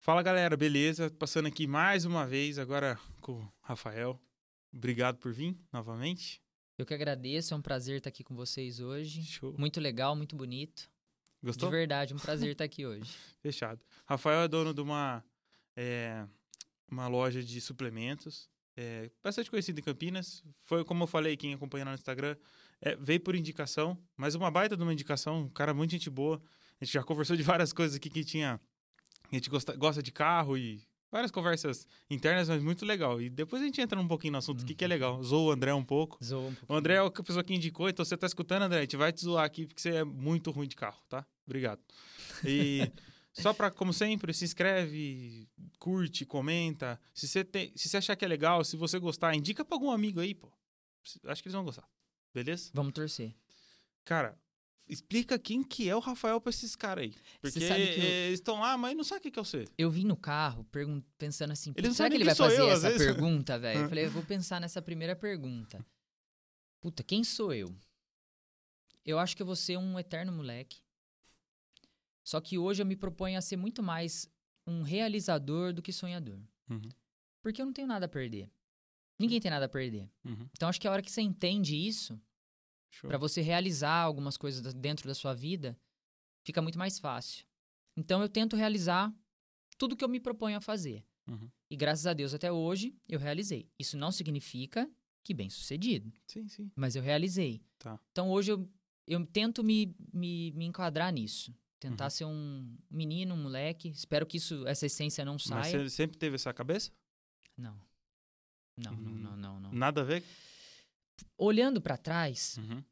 Fala galera, beleza? Passando aqui mais uma vez agora com o Rafael. Obrigado por vir novamente. Eu que agradeço, é um prazer estar aqui com vocês hoje. Show. Muito legal, muito bonito. Gostou? De verdade, um prazer estar aqui hoje. Fechado. Rafael é dono de uma, é, uma loja de suplementos, é, bastante conhecida em Campinas. Foi, como eu falei, quem acompanha lá no Instagram, é, veio por indicação, mas uma baita de uma indicação, um cara muito gente boa. A gente já conversou de várias coisas aqui que tinha. A gente gosta, gosta de carro e várias conversas internas, mas muito legal. E depois a gente entra um pouquinho no assunto, o que, que é legal. Zoou o André um pouco. Zoa um O pouquinho. André é a pessoa que indicou, então você tá escutando, André, a gente vai te zoar aqui porque você é muito ruim de carro, tá? Obrigado. E só pra, como sempre, se inscreve, curte, comenta. Se você, tem, se você achar que é legal, se você gostar, indica pra algum amigo aí, pô. Acho que eles vão gostar. Beleza? Vamos torcer. Cara, explica quem que é o Rafael pra esses caras aí. Porque sabe que eu- eh, eles estão lá, mas não sabe o que que é você. Eu vim no carro pergun- pensando assim, Ele não "Putz, será sabe que ele nem vai quem sou fazer eu, às essa vezes." pergunta, velho? Eu falei, eu vou pensar nessa primeira pergunta. Puta, quem sou eu? Eu acho que eu vou ser um eterno moleque. Só que hoje eu me proponho a ser muito mais um realizador do que sonhador. Uhum. Porque eu não tenho nada a perder. Ninguém tem nada a perder. Uhum. Então acho que a hora que você entende isso, Show. Pra você realizar algumas coisas da- dentro da sua vida, fica muito mais fácil. Então eu tento realizar tudo que eu me proponho a fazer. Uhum. E graças a Deus até hoje eu realizei. Isso não significa que bem sucedido, Sim, sim. mas eu realizei. Tá. Então hoje eu, eu tento me, me, me enquadrar nisso. Tentar Uhum. ser um menino, um moleque. Espero que isso, essa essência não Mas saia. você sempre teve essa cabeça? Não. Não, não, Hum. não, não, não. Nada a ver? Olhando pra trás, Uhum.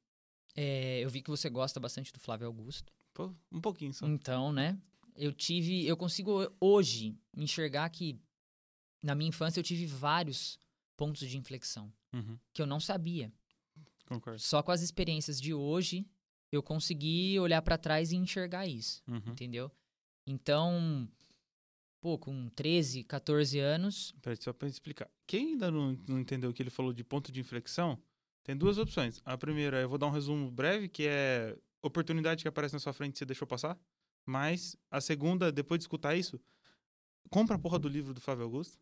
é, eu vi que você gosta bastante do Flávio Augusto. Pô, um pouquinho só. Então, né? Eu tive, eu consigo ho- hoje enxergar que na minha infância eu tive vários pontos de inflexão Uhum. que eu não sabia. Concordo. Só com as experiências de hoje eu consegui olhar pra trás e enxergar isso, Uhum. entendeu? Então, pô, com 13, 14 anos, Peraí, só pra explicar. Quem ainda não, não entendeu o que ele falou de ponto de inflexão, tem duas opções. A primeira, eu vou dar um resumo breve, que é oportunidade que aparece na sua frente e você deixou passar. Mas a segunda, depois de escutar isso, compra a porra do livro do Flávio Augusto,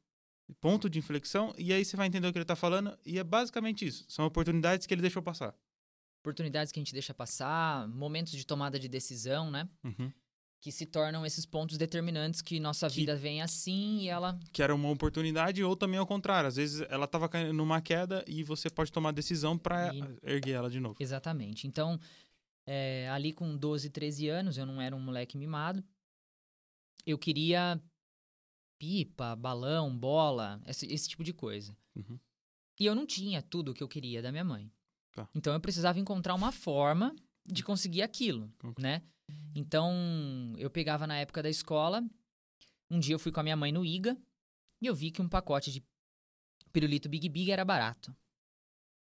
ponto de inflexão, e aí você vai entender o que ele tá falando. E é basicamente isso. São oportunidades que ele deixou passar. oportunidades que a gente deixa passar, momentos de tomada de decisão, né? Uhum. Que se tornam esses pontos determinantes que nossa Que- vida vem assim e ela Que era uma oportunidade, ou também ao contrário. Às vezes ela tava caindo numa queda e você pode tomar decisão pra E- erguer ela de novo. Exatamente. Então, eh, ali com 12, 13 anos, eu não era um moleque mimado. Eu queria pipa, balão, bola, esse, esse tipo de coisa. Uhum. E eu não tinha tudo o que eu queria da minha mãe. Tá. Então, eu precisava encontrar uma forma de conseguir aquilo, Concordo. né? Então, eu pegava na época da escola. Um dia eu fui com a minha mãe no IGA e eu vi que um pacote de pirulito Big Big era barato.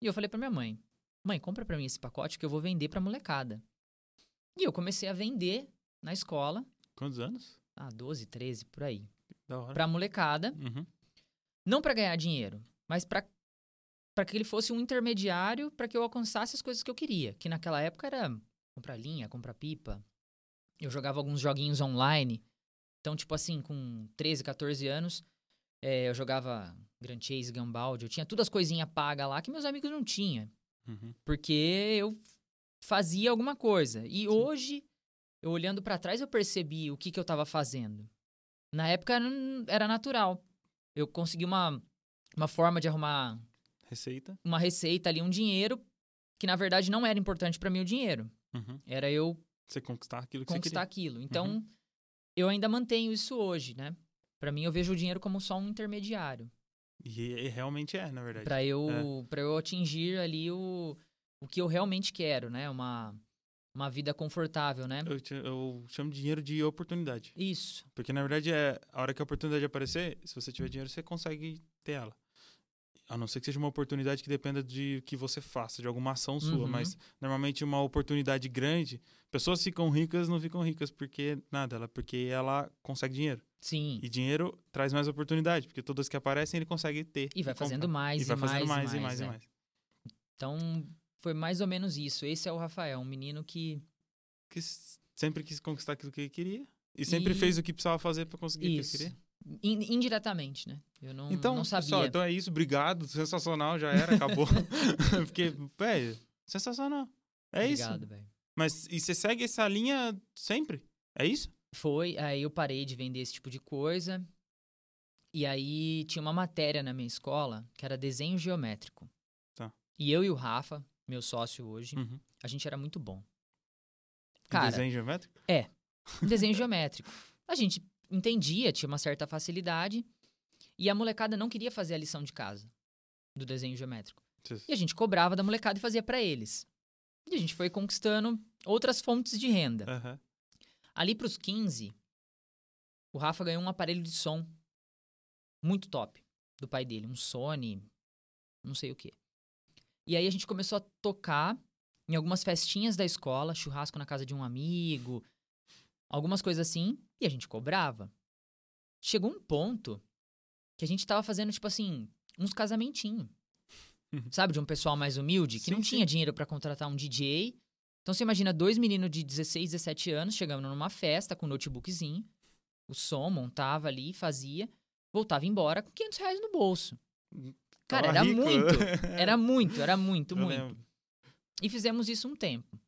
E eu falei pra minha mãe: mãe, compra pra mim esse pacote que eu vou vender pra molecada. E eu comecei a vender na escola, Quantos anos? ah, 12, 13, por aí, Da hora. pra molecada, Uhum. não pra ganhar dinheiro, mas pra para que ele fosse um intermediário pra que eu alcançasse as coisas que eu queria, que naquela época era comprar linha, comprar pipa. Eu jogava alguns joguinhos online. Então, tipo assim, com 13, 14 anos, eh, eu jogava Grand Chase, Gambald, eu tinha todas as coisinhas pagas lá que meus amigos não tinham. Uhum. porque eu fazia alguma coisa. E hoje, eu olhando pra trás, eu percebi o que, que eu tava fazendo. Na época era, era natural. Eu consegui uma, uma forma de arrumar Receita. uma receita ali, um dinheiro, que na verdade não era importante pra mim o dinheiro. Uhum. Era eu Você conquistar aquilo que conquistar você aquilo. Então, eu ainda mantenho isso hoje, né? Pra mim, eu vejo o dinheiro como só um intermediário. queria. E, e realmente é, na verdade. É. Pra eu, pra eu atingir ali o, o que eu realmente quero, né? Uma, uma vida confortável, né? Eu, te- eu chamo dinheiro de oportunidade. Isso. Porque, na verdade, é a hora que a oportunidade aparecer, se você tiver dinheiro, você consegue ter ela. A não ser que seja uma oportunidade que dependa de que você faça, de alguma ação sua. Uhum. Mas, normalmente, uma oportunidade grande, pessoas ficam ricas, não ficam ricas porque nada, ela, porque ela consegue dinheiro. Sim. E dinheiro traz mais oportunidade, porque todas que aparecem ele consegue ter. E vai fazendo comprar. mais, E vai fazendo mais, e mais, e né? mais. Então, foi mais ou menos isso. Esse é o Rafael, um menino que Que s- sempre quis conquistar aquilo que ele queria. E sempre E- fez o que precisava fazer pra conseguir o que Isso. eu queria. In- indiretamente, né? Eu não, Então, não sabia. pessoal, então é isso. Obrigado. Sensacional, já era, acabou. Porque, velho, sensacional. É isso. Obrigado, velho. Mas e você segue essa linha sempre? É isso? Foi, aí eu parei de vender esse tipo de coisa. E aí tinha uma matéria na minha escola que era desenho geométrico. Tá. E eu e o Rafa, meu sócio hoje, Uhum. a gente era muito bom. Cara, desenho, Desenho geométrico? geométrico. A gente entendia, tinha uma certa facilidade. E a molecada não queria fazer a lição de casa do desenho geométrico. E a gente cobrava da molecada e fazia pra eles. E a gente foi conquistando outras fontes de renda. Aham. Ali pros 15, o Rafa ganhou um aparelho de som muito top do pai dele, um Sony, não sei o quê. E aí a gente começou a tocar em algumas festinhas da escola, churrasco na casa de um amigo, algumas coisas assim, e a gente cobrava. Chegou um ponto que a gente tava fazendo tipo assim, uns casamentinhos. Sabe, de um pessoal mais humilde que Sim, não sim. tinha dinheiro pra contratar um DJ. Então você imagina dois meninos de 16, 17 anos chegando numa festa com um notebookzinho, o som montava ali, fazia, voltava embora com 500 reais no bolso. Cara, Hum, Tava era rico. muito, era muito, era muito, Eu muito. lembro. E fizemos isso um tempo.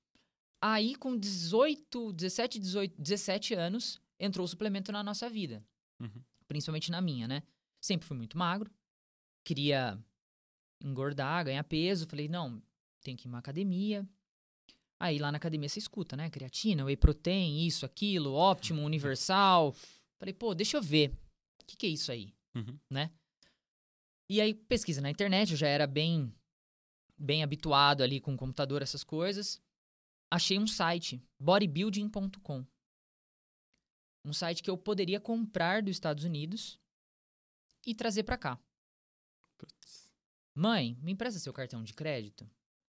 Aí, com 18, 17, 18, 17 anos, entrou o suplemento na nossa vida. Uhum. Principalmente na minha, né? Sempre fui muito magro. Queria engordar, ganhar peso. Falei, não, tem que ir uma academia. Aí lá na academia você escuta, né? Creatina, whey protein, isso, aquilo, óptimo, universal. Falei, pô, deixa eu ver. O que, que é isso aí? Uhum. Né? E aí pesquisa na internet, eu já era bem bem habituado ali com computador, essas coisas, achei um site, bodybuilding.com. Um site que eu poderia comprar dos Estados Unidos e trazer pra cá. Putz. Mãe, me empresta seu cartão de crédito?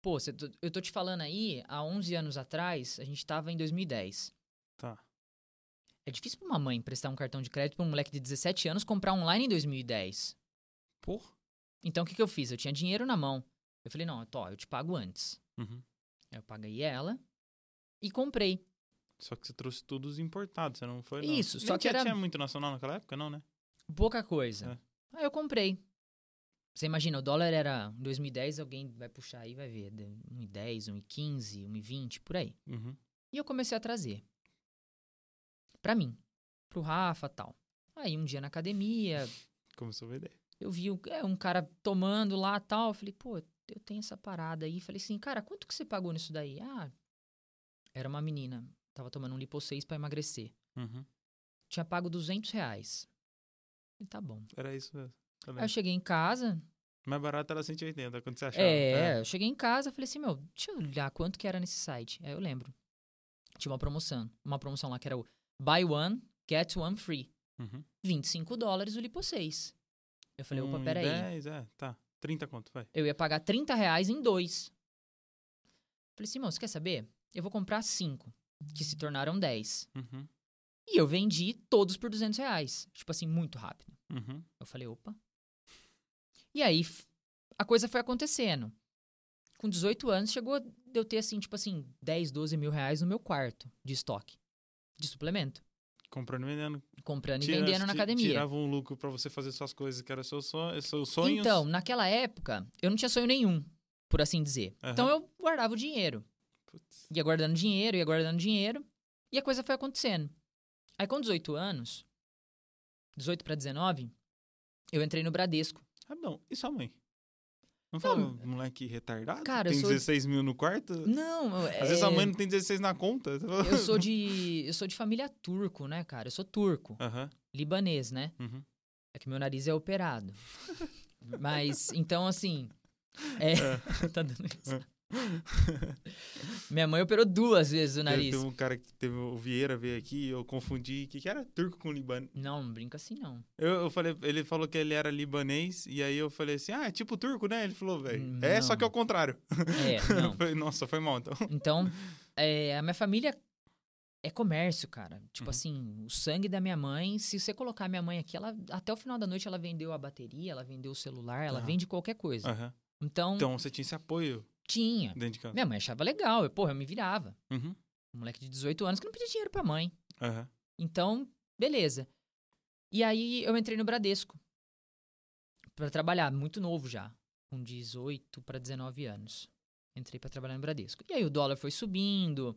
Pô, cê tô- eu tô te falando aí, há 11 anos atrás, a gente tava em 2010. Tá. É difícil pra uma mãe emprestar um cartão de crédito pra um moleque de 17 anos comprar online em 2010. Porra. Então o que, que eu fiz? Eu tinha dinheiro na mão. Eu falei, não, tô, eu te pago antes. Uhum. Eu paguei ela e comprei. Só que você trouxe tudo os importados, você não foi, não. Isso, Nem só que tinha, era- tinha muito nacional naquela época, não, né? Pouca coisa. É. Aí eu comprei. Você imagina, o dólar era em 2010, alguém vai puxar aí e um vai ver. deu 1,10, 1,15, 1,20, por aí. Uhum. E eu comecei a trazer. Pra mim. Pro Rafa tal. Aí um dia na academia, Começou a vender. eu vi um, é, um cara tomando lá tal. Eu falei, pô, eu tenho essa parada aí. Falei assim, cara, quanto que você pagou nisso daí? Ah, era uma menina. Tava tomando um Lipo 6 pra emagrecer. Uhum. Tinha pago 200 reais. Falei, tá bom. Era isso mesmo. Eu Aí eu lembro. cheguei em casa, Mais barato era 180, quando você achava. É, eu cheguei em casa, falei assim, meu, deixa eu olhar quanto que era nesse site. Aí eu lembro. Tinha uma promoção, uma promoção lá que era o Buy One, Get One Free. Uhum. 25 dólares o Lipo 6. Eu falei, opa, Um e peraí. 10, é, tá. 30 conto, vai. Eu ia pagar 30 reais em dois. Falei assim, meu, você quer saber? Eu vou comprar cinco, que se tornaram 10. Uhum. E eu vendi todos por 200 reais. Tipo assim, muito rápido. Uhum. Eu falei, opa. E aí f- a coisa foi acontecendo. Com 18 anos, chegou a eu ter assim, tipo assim, 10, 12 mil reais no meu quarto de estoque, de suplemento. Comprando e vendendo. Comprando Tira- e vendendo na ti- academia. Tirava um lucro pra você fazer suas coisas, que era seu sonho, seus sonhos. Então, naquela época, eu não tinha sonho nenhum, por assim dizer. Aham. Então eu guardava o dinheiro. Putz. Ia guardando dinheiro, ia guardando dinheiro. E a coisa foi acontecendo. Aí com 18 anos, 18 para 19, eu entrei no Bradesco. Ah, não. E sua mãe? Não fala, moleque retardado? Cara, eu tem sou- 16 mil no quarto? Não, Às vezes a é- mãe não tem 16 na conta. Você fala- Eu sou de. Eu sou de família turco, né, cara? Eu sou turco, Aham. libanês, né? Uhum. É que meu nariz é operado. Mas, então, assim. É, tá dando isso. Minha mãe operou duas vezes Teve, o nariz. teve É. um cara que teve o Vieira veio aqui, eu confundi. O que, que era turco com libano? Não, não brinca assim, não. Eu, eu falei, ele falou que ele era libanês, e aí eu falei assim: ah, é tipo turco, né? Ele falou, velho. É, só Não. que é o contrário. É, Eu não. falei, Nossa, foi mal então. Então, é, a minha família é comércio, cara. Tipo Uhum. assim, o sangue da minha mãe, se você colocar minha mãe aqui, ela até o final da noite ela vendeu a bateria, ela vendeu o celular, ela Ah. vende qualquer coisa. Aham. Então, Então você tinha esse apoio tinha. dentro de casa. Minha mãe achava legal, eu, porra, eu me virava. Uhum. Um moleque de 18 anos que não pedia dinheiro pra mãe. Aham. Então, beleza. E aí eu entrei no Bradesco para trabalhar, muito novo já, com 18 para 19 anos. Entrei para trabalhar no Bradesco. E aí o dólar foi subindo,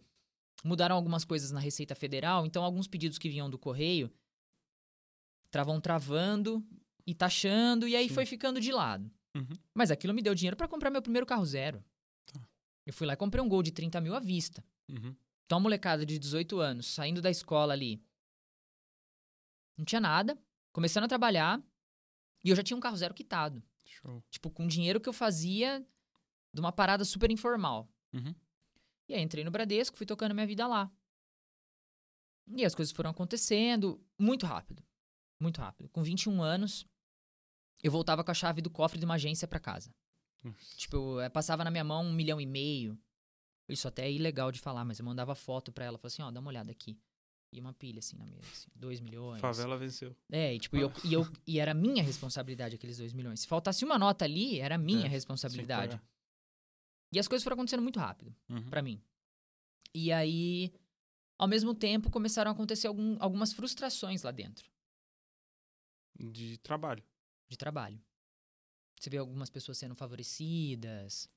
mudaram algumas coisas na Receita Federal, então alguns pedidos que vinham do correio estavam travando e taxando, e aí Sim. foi ficando de lado. Uhum. Mas aquilo me deu dinheiro para comprar meu primeiro carro zero. Tá. Eu fui lá e comprei um Gol de 30 mil à vista. Uhum. Então, a molecada de 18 anos, saindo da escola ali, não tinha nada, começando a trabalhar, e eu já tinha um carro zero quitado. Show. Tipo, com dinheiro que eu fazia de uma parada super informal. Uhum. E aí entrei no Bradesco, fui tocando minha vida lá. E as coisas foram acontecendo muito rápido. Muito rápido. Com 21 anos, eu voltava com a chave do cofre de uma agência pra casa. Nossa. Tipo, eu, eh, passava na minha mão um milhão e meio. Isso até é ilegal de falar, mas eu mandava foto pra ela. Falava assim, ó, dá uma olhada aqui. E uma pilha, assim, na mesa. Assim, dois milhões. Favela venceu. É, e tipo, e eu, e, eu, e era minha responsabilidade aqueles dois milhões. Se faltasse uma nota ali, era minha É, Tinha que responsabilidade. pagar. E as coisas foram acontecendo muito rápido Uhum. pra mim. E aí, ao mesmo tempo, começaram a acontecer algum- algumas frustrações lá dentro Uhum. De trabalho. de trabalho. Você vê algumas pessoas sendo favorecidas.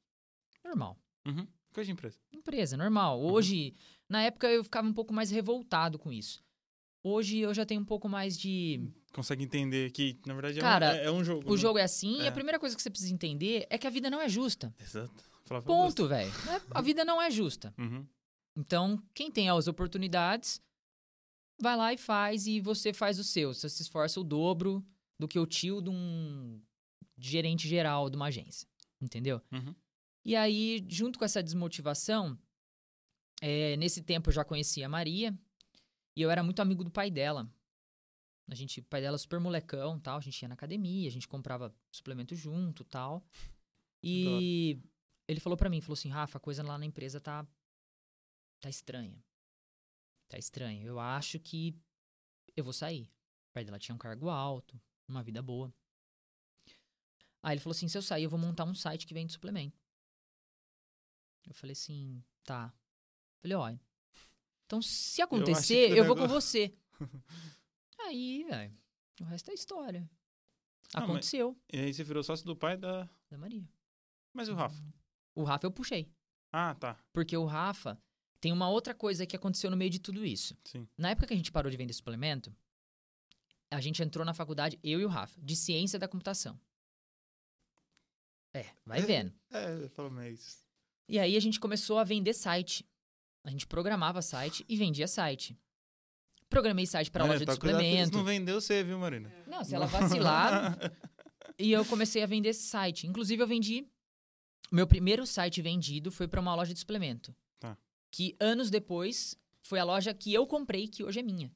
Normal. Uhum. Coisa de empresa. empresa, normal. Uhum. Hoje, na época eu ficava um pouco mais revoltado com isso. Hoje eu já tenho um pouco mais Hum, de. Consegue entender que, na verdade, é um- Cara, é, é um jogo. O né? jogo é assim, e É. a primeira coisa que você precisa entender é que a vida não é justa. Exato. Falava Ponto, velho. É, A vida não é justa. Uhum. Então, quem tem as oportunidades, vai lá e faz, e você faz o seu. Você se esforça o dobro do que o tio de um gerente geral de uma agência. Entendeu? Uhum. E aí, junto com essa desmotivação, eh, nesse tempo eu já conhecia a Maria e eu era muito amigo do pai dela. A gente, o pai dela é super molecão, tal, a gente ia na academia, a gente comprava suplemento junto, tal. E ele falou pra mim, falou assim: "Rafa, a coisa lá na empresa tá tá estranha. Tá estranha. Eu acho que eu vou sair". O pai dela tinha um cargo alto, uma vida boa. Aí ele falou assim: "Se eu sair, eu vou montar um site que vende suplemento". Eu falei assim, tá. Falei, olha. Então, se acho que acontecer, o eu, vou com negócio- você. Aí, velho, o resto é história. Ah, mas- Aconteceu, E aí você virou sócio do pai da. da Maria. Mas e o Rafa? O Rafa eu puxei. Ah, tá. Porque o Rafa tem uma outra coisa que aconteceu no meio de tudo isso. Sim. Na época que a gente parou de vender suplemento, a gente entrou na faculdade, eu e o Rafa, de ciência da computação. É, vai vendo. É, falou mas. E aí a gente começou a vender site. A gente programava site e vendia site. Programei site É, para tá loja de suplemento. Não vendeu você, viu, Marina? Não, se ela vacilar. e eu comecei a vender esse site. Inclusive, eu vendi. Meu primeiro site vendido foi para uma loja de suplemento. Tá. Que anos depois foi a loja que eu comprei, que hoje é minha.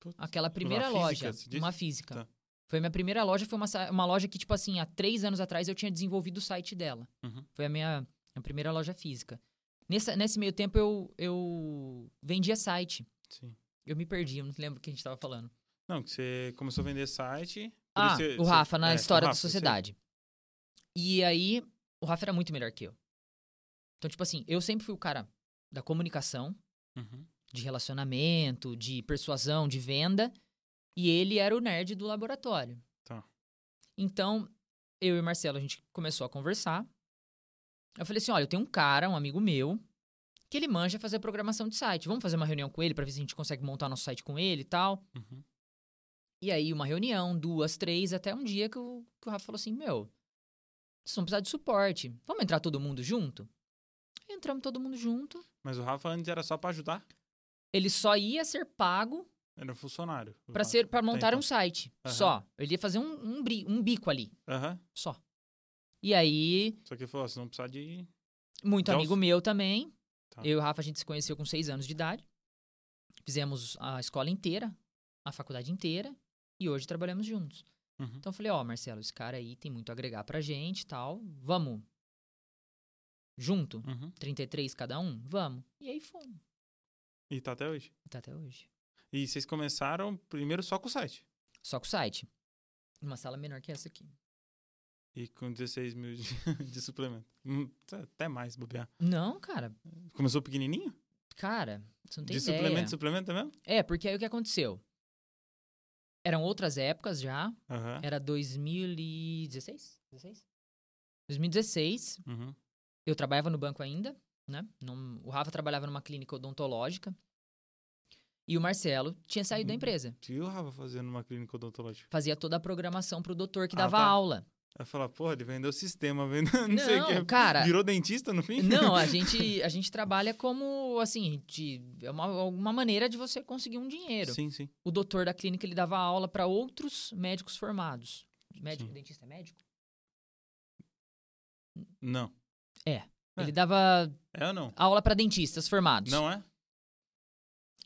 Putz. Aquela primeira física, loja. se diz? Uma física. Tá. Foi minha primeira loja, foi uma, sa- uma loja que, tipo assim, há três anos atrás eu tinha desenvolvido o site dela. Uhum. Foi a minha, minha primeira loja física. Nessa, nesse meio tempo eu, eu vendia site. Sim. Eu me perdi, eu não lembro o que a gente tava falando. Não, que você começou a vender site. por Ah, isso você- o você- Rafa na é, história o da Rafa, sociedade. E aí, o Rafa era muito melhor que eu. Então, tipo assim, eu sempre fui o cara da comunicação, você- Uhum. de relacionamento, de persuasão, de venda, e ele era o nerd do laboratório. Tá. Então, eu e o Marcelo, a gente começou a conversar. Eu falei assim: olha, eu tenho um cara, um amigo meu, que ele manja fazer programação de site. Vamos fazer uma reunião com ele pra ver se a gente consegue montar nosso site com ele e tal. Uhum. E aí, uma reunião, duas, três, até um dia que o, que o Rafa falou assim: Meu, vocês vão precisar de suporte. Vamos entrar todo mundo junto? Entramos todo mundo junto. Mas o Rafa antes era só pra ajudar. Ele só ia ser pago Era um funcionário. o para Rafa. ser para Tá, montar então. um site. Aham. Só. Ele ia fazer um, um, bri- um bico ali. Aham. Só. E aí, Só que ele falou: ó, vocês vão precisar de. muito Já amigo os- meu também. Então Tá. Eu e o Rafa, a gente se conheceu com seis anos de idade. Fizemos a escola inteira, a faculdade inteira. E hoje trabalhamos juntos. Uhum. Então eu falei, ó, Marcelo, esse cara aí tem muito a agregar pra gente e tal. Vamos. Junto? Uhum. 33 cada um? Vamos. E aí fomos. E tá até hoje. Tá até hoje. E vocês começaram primeiro só com o site. Só com o site. Uma sala menor que essa aqui. E com 16 mil de, de suplemento. Hum, tá- Até mais, bobear. Não, cara. Começou pequenininho? Cara, você não tem De ideia. suplemento, suplemento mesmo? É, porque aí o que aconteceu? Eram outras épocas já. Aham. Era 2016? 16? 2016. Uhum. Eu trabalhava no banco ainda, né? Num- o Rafa trabalhava numa clínica odontológica. E o Marcelo tinha saído da Uhum. empresa. E o Rafa fazendo uma clínica odontológica? Fazia toda a programação pro doutor que Ah, dava tá. aula. Aí fala, porra, ele vendeu o sistema, vendeu não sei o que. é cara. Virou dentista no fim? Não, a gente, a gente trabalha como, assim, de, é uma, uma maneira de você conseguir um dinheiro. Sim, sim. O doutor da clínica, ele dava aula para outros médicos formados. Médico, Sim. dentista é médico? Não. É. Ele dava É ou não? aula para dentistas formados. Não é?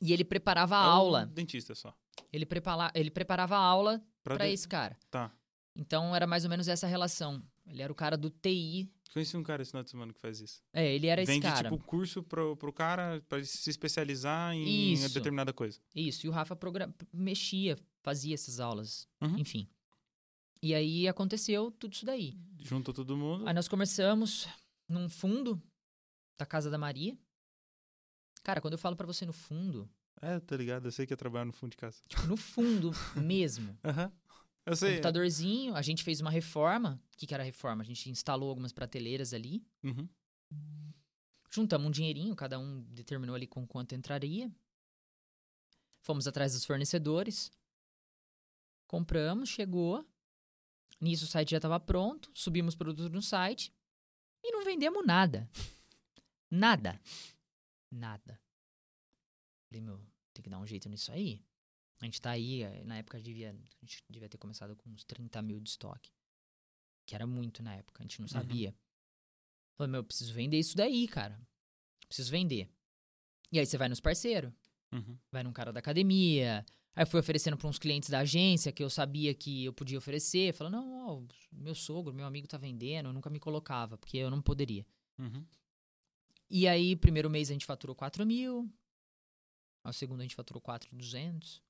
E ele preparava a É um aula. Dentista só. Ele, prepara, ele preparava a aula Pra para de- esse cara. Tá. Então era mais ou menos essa relação. Ele era o cara do TI. Conheci um cara esse final de semana que faz isso. É, ele era esse Vende, cara. tipo, curso pro, pro cara pra ele se especializar em Isso. determinada coisa. Isso, e o Rafa progra- mexia, fazia essas aulas, Uhum. enfim. E aí aconteceu tudo isso daí. Juntou todo mundo. Aí nós começamos num fundo da casa da Maria. Cara, quando eu falo pra você no fundo, É, tá ligado? Eu sei que ia trabalhar no fundo de casa. tipo, no fundo mesmo. Aham. Eu sei. Computadorzinho, a gente fez uma reforma. O que, que era a reforma? A gente instalou algumas prateleiras ali. Uhum. Juntamos um dinheirinho, cada um determinou ali com quanto entraria. Fomos atrás dos fornecedores. Compramos, chegou. Nisso o site já estava pronto, subimos produto no site e não vendemos nada. Nada. Nada. Falei, meu, tem que dar um jeito nisso aí. A gente tá aí, eh, na época devia, a gente devia ter começado com uns 30 mil de estoque. Que era muito na época, a gente não Uhum. sabia. Falei, meu, eu preciso vender isso daí, cara. Preciso vender. E aí você vai nos parceiros, Uhum. vai num cara da academia. Aí eu fui oferecendo para uns clientes da agência que eu sabia que eu podia oferecer. Falando, não, ó, meu sogro, meu amigo tá vendendo, eu nunca me colocava, porque eu não poderia. Uhum. E aí, primeiro mês a gente faturou 4 mil. Ao segundo a gente faturou 4,200.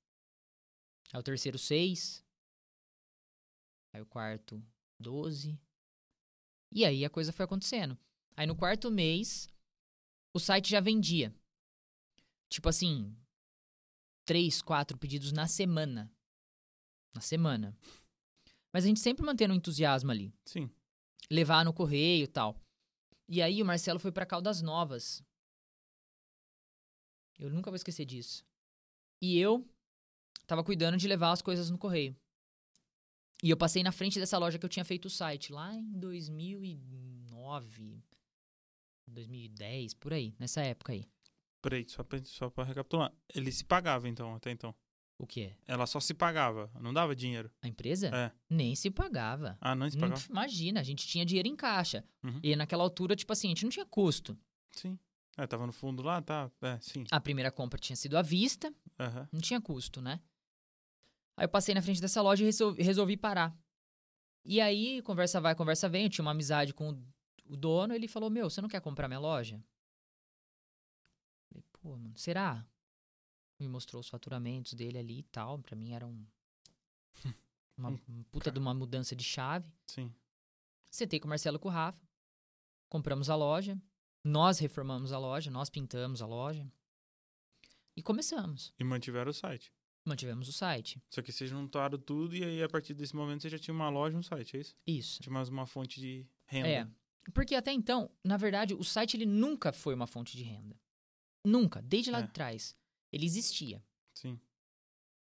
Aí o terceiro, 6. Aí o quarto, 12. E aí a coisa foi acontecendo. Aí no quarto mês, o site já vendia. Tipo assim, 3, 4 pedidos na semana. Na semana. Mas a gente sempre mantendo o entusiasmo ali Sim. levar no correio e tal. E aí o Marcelo foi pra Caldas Novas. Eu nunca vou esquecer disso. E eu tava cuidando de levar as coisas no correio. E eu passei na frente dessa loja que eu tinha feito o site lá em 2009, 2010, por aí, nessa época aí. Peraí, só pra, só pra recapitular. Ele se pagava, então, até então. O quê? Ela só se pagava, não dava dinheiro. A empresa? É. Nem se pagava. Ah, não se Não- pagava? imagina, a gente tinha dinheiro em caixa. Uhum. E naquela altura, tipo assim, a gente não tinha custo. Sim. É, tava no fundo lá, tá? É, sim. A primeira compra tinha sido à vista. Aham. Não tinha custo, né? Aí eu passei na frente dessa loja e resol- resolvi parar. E aí, conversa vai, conversa vem, eu tinha uma amizade com o- o dono, ele falou, meu, você não quer comprar minha loja? Falei, pô, mano, será? Me mostrou os faturamentos dele ali e tal, pra mim era um... Uma um puta de uma mudança de chave. Sim. Sentei com o Marcelo e com o Rafa. Compramos a loja. Nós reformamos a loja, nós pintamos a loja. E começamos. E mantiveram o site. Mantivemos o site. Só que vocês juntaram tudo e aí, a partir desse momento, você já tinha uma loja e um site, é isso? Isso. Tinha mais uma fonte de renda. É. Porque até então, na verdade, o site ele nunca foi uma fonte de renda. Nunca, desde lá É. de trás. Ele existia, Sim.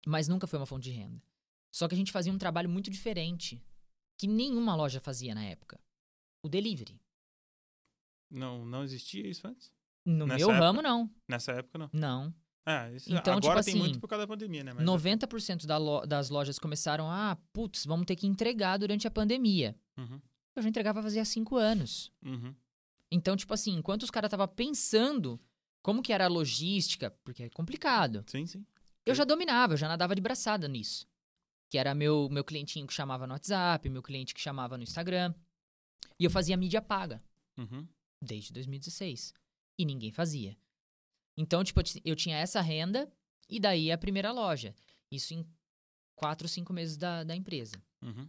mas nunca foi uma fonte de renda. Só que a gente fazia um trabalho muito diferente, que nenhuma loja fazia na época. O delivery. Não, não existia isso antes? No Nessa meu época? ramo, não. Nessa época, não. Não. É, isso, Então, agora tipo tem assim, muito por causa da pandemia, né? Mas 90% da lo- das lojas começaram a, ah, putz, vamos ter que entregar durante a pandemia. Uhum, Eu já entregava fazia cinco anos. uhum. Então, tipo assim, enquanto os caras estavam pensando como que era a logística, porque é complicado, Sim, sim. eu já dominava, eu já nadava de braçada nisso. Que era meu, meu clientinho que chamava no WhatsApp, meu cliente que chamava no Instagram. E eu fazia mídia paga, Uhum. desde 2016. E ninguém fazia. Então, tipo, eu ti- eu tinha essa renda e daí a primeira loja. Isso em quatro, cinco meses da, da empresa. Uhum.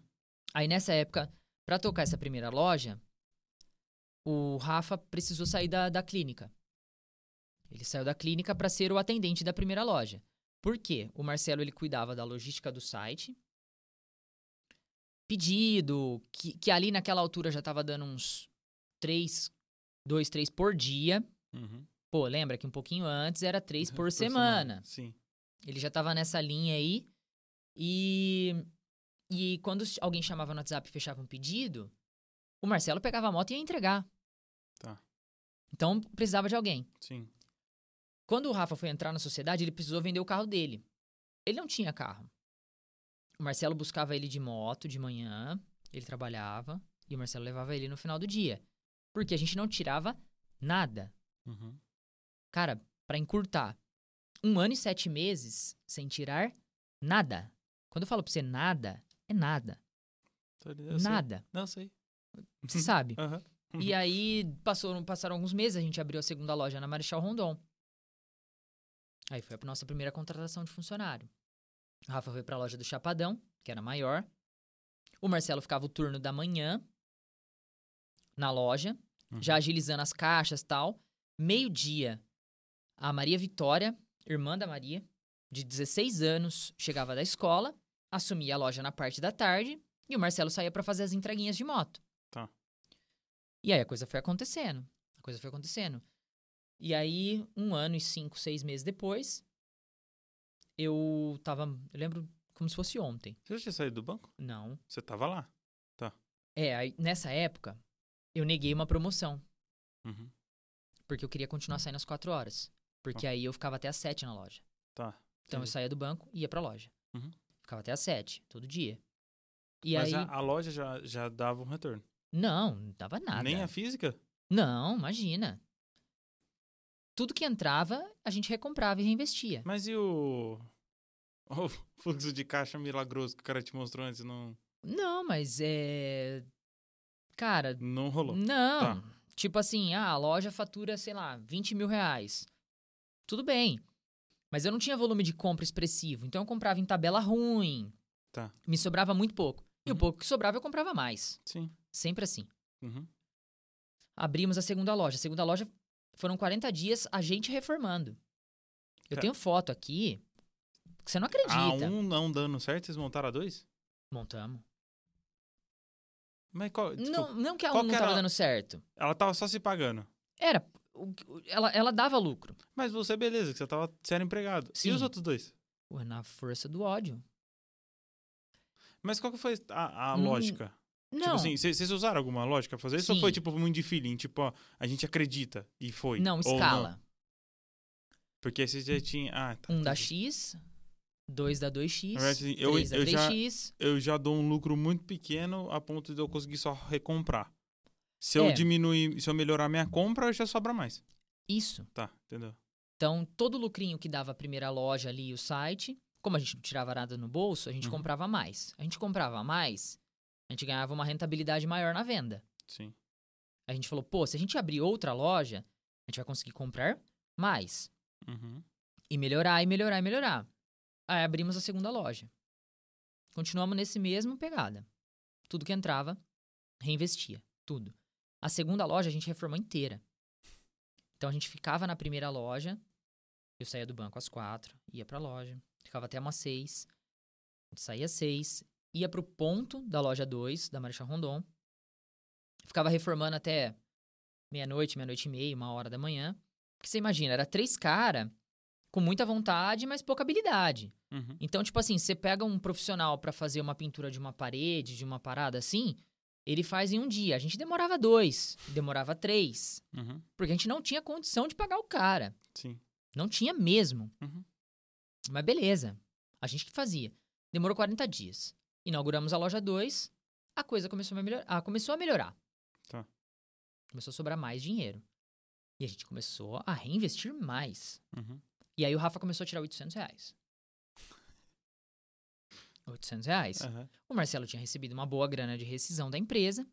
Aí nessa época, pra tocar essa primeira loja, o Rafa precisou sair da, da clínica. Ele saiu da clínica para ser o atendente da primeira loja. Por quê? O Marcelo ele cuidava da logística do site, pedido, que, que ali naquela altura já estava dando uns três, dois, três por dia. Uhum. Pô, lembra que um pouquinho antes era três Uhum, por, semana. Sim. Ele já tava nessa linha aí. E, e quando s- alguém chamava no WhatsApp e fechava um pedido, o Marcelo pegava a moto e ia entregar. Tá. Então precisava de alguém. Sim. Quando o Rafa foi entrar na sociedade, ele precisou vender o carro dele. Ele não tinha carro. O Marcelo buscava ele de moto de manhã, ele trabalhava, e o Marcelo levava ele no final do dia. Porque a gente não tirava nada. Uhum. Cara, pra encurtar, um ano e sete meses sem tirar nada. Quando eu falo pra você nada, é nada. Tá ali, eu sei. nada. Não, eu sei. Você sabe. Aham. E aí passou, passaram alguns meses, a gente abriu a segunda loja na Marechal Rondon. Aí foi a nossa primeira contratação de funcionário. O Rafa foi para a loja do Chapadão, que era maior. O Marcelo ficava o turno da manhã na loja, Uhum. já agilizando as caixas tal. Meio-dia, a Maria Vitória, irmã da Maria, de 16 anos, chegava da escola, assumia a loja na parte da tarde e o Marcelo saía para fazer as entreguinhas de moto. Tá. E aí a coisa foi acontecendo. A coisa foi acontecendo. E aí, um ano e cinco, seis meses depois, eu tava. Eu lembro como se fosse ontem. Você já tinha saído do banco? Não. Você tava lá. É, aí, nessa época, eu neguei uma promoção, Uhum. porque eu queria Hum. continuar saindo às quatro horas. Porque aí eu ficava até às sete na loja. Ah. Tá. Então eu Entendi. saía do banco e ia pra loja. Uhum. Ficava até às sete, todo dia. E Mas aí. a, a loja já, já dava um retorno. Não, não dava nada. Nem a física? Não, imagina. Tudo que entrava, a gente recomprava e reinvestia. Mas e o. O fluxo de caixa milagroso que o cara te mostrou antes não, Não, mas é. Cara, não rolou. não. Tá. Tipo assim, ah, a loja fatura, sei lá, 20 mil reais. Tudo bem. Mas eu não tinha volume de compra expressivo. Então eu comprava em tabela ruim. Tá. Me sobrava muito pouco. E Uhum. o pouco que sobrava eu comprava mais. Sim. Sempre assim. Uhum. Abrimos a segunda loja. A segunda loja foram 40 dias a gente reformando. Eu Tá. tenho foto aqui que você não acredita. A um não dando certo, vocês montaram a dois? Montamos. Mas qual. desculpa, Não, não que a qual um não que era tava a- dando certo. Ela tava só se pagando. Era. o- o- Ela, ela dava lucro. Mas você, beleza, que você tava sério empregado. E Sim. os outros dois? Ué, Na força do ódio. Mas qual que foi a, a Hum, lógica? Não. Tipo assim, vocês usaram alguma lógica pra fazer isso? Ou Sim. foi tipo muito de feeling? Tipo, ó, a gente acredita e foi. não, Ou escala. Porque vocês já tinham. Ah, tá. um da entendi. X, dois da 2X, Na verdade, assim, eu- três eu da já- 3X. eu já dou um lucro muito pequeno a ponto de eu conseguir só recomprar. Se eu É. diminuir, se eu melhorar minha compra, já sobra mais. Isso. Tá, entendeu? Então, todo o lucrinho que dava a primeira loja ali e o site, como a gente não tirava nada no bolso, a gente Uhum. comprava mais. A gente comprava mais, a gente ganhava uma rentabilidade maior na venda. Sim. A gente falou, pô, se a gente abrir outra loja, a gente vai conseguir comprar mais. Uhum. E melhorar, e melhorar, e melhorar. Aí abrimos a segunda loja. Continuamos nesse mesmo pegada. Tudo que entrava, reinvestia. Tudo. A segunda loja a gente reformou inteira. Então a gente ficava na primeira loja. Eu saía do banco às quatro, ia pra loja. Ficava até umas seis. A gente saía às seis. Ia pro ponto da loja 2, da Marechal Rondon. Ficava reformando até meia-noite, meia-noite e meia, uma hora da manhã. Porque você imagina, era três caras com muita vontade, mas pouca habilidade. Uhum. Então, tipo assim, você pega um profissional pra fazer uma pintura de uma parede, de uma parada assim, ele faz em um dia. A gente demorava dois, demorava três, Uhum. porque a gente não tinha condição de pagar o cara. Sim. Não tinha mesmo. Uhum. Mas beleza, a gente que fazia. Demorou 40 dias. Inauguramos a loja 2, a coisa começou a melhorar. Ah, começou a melhorar. Tá. Começou a sobrar mais dinheiro. E a gente começou a reinvestir mais. Uhum. E aí o Rafa começou a tirar 800 reais. 800 reais. Aham. O Marcelo tinha recebido uma boa grana de rescisão da empresa.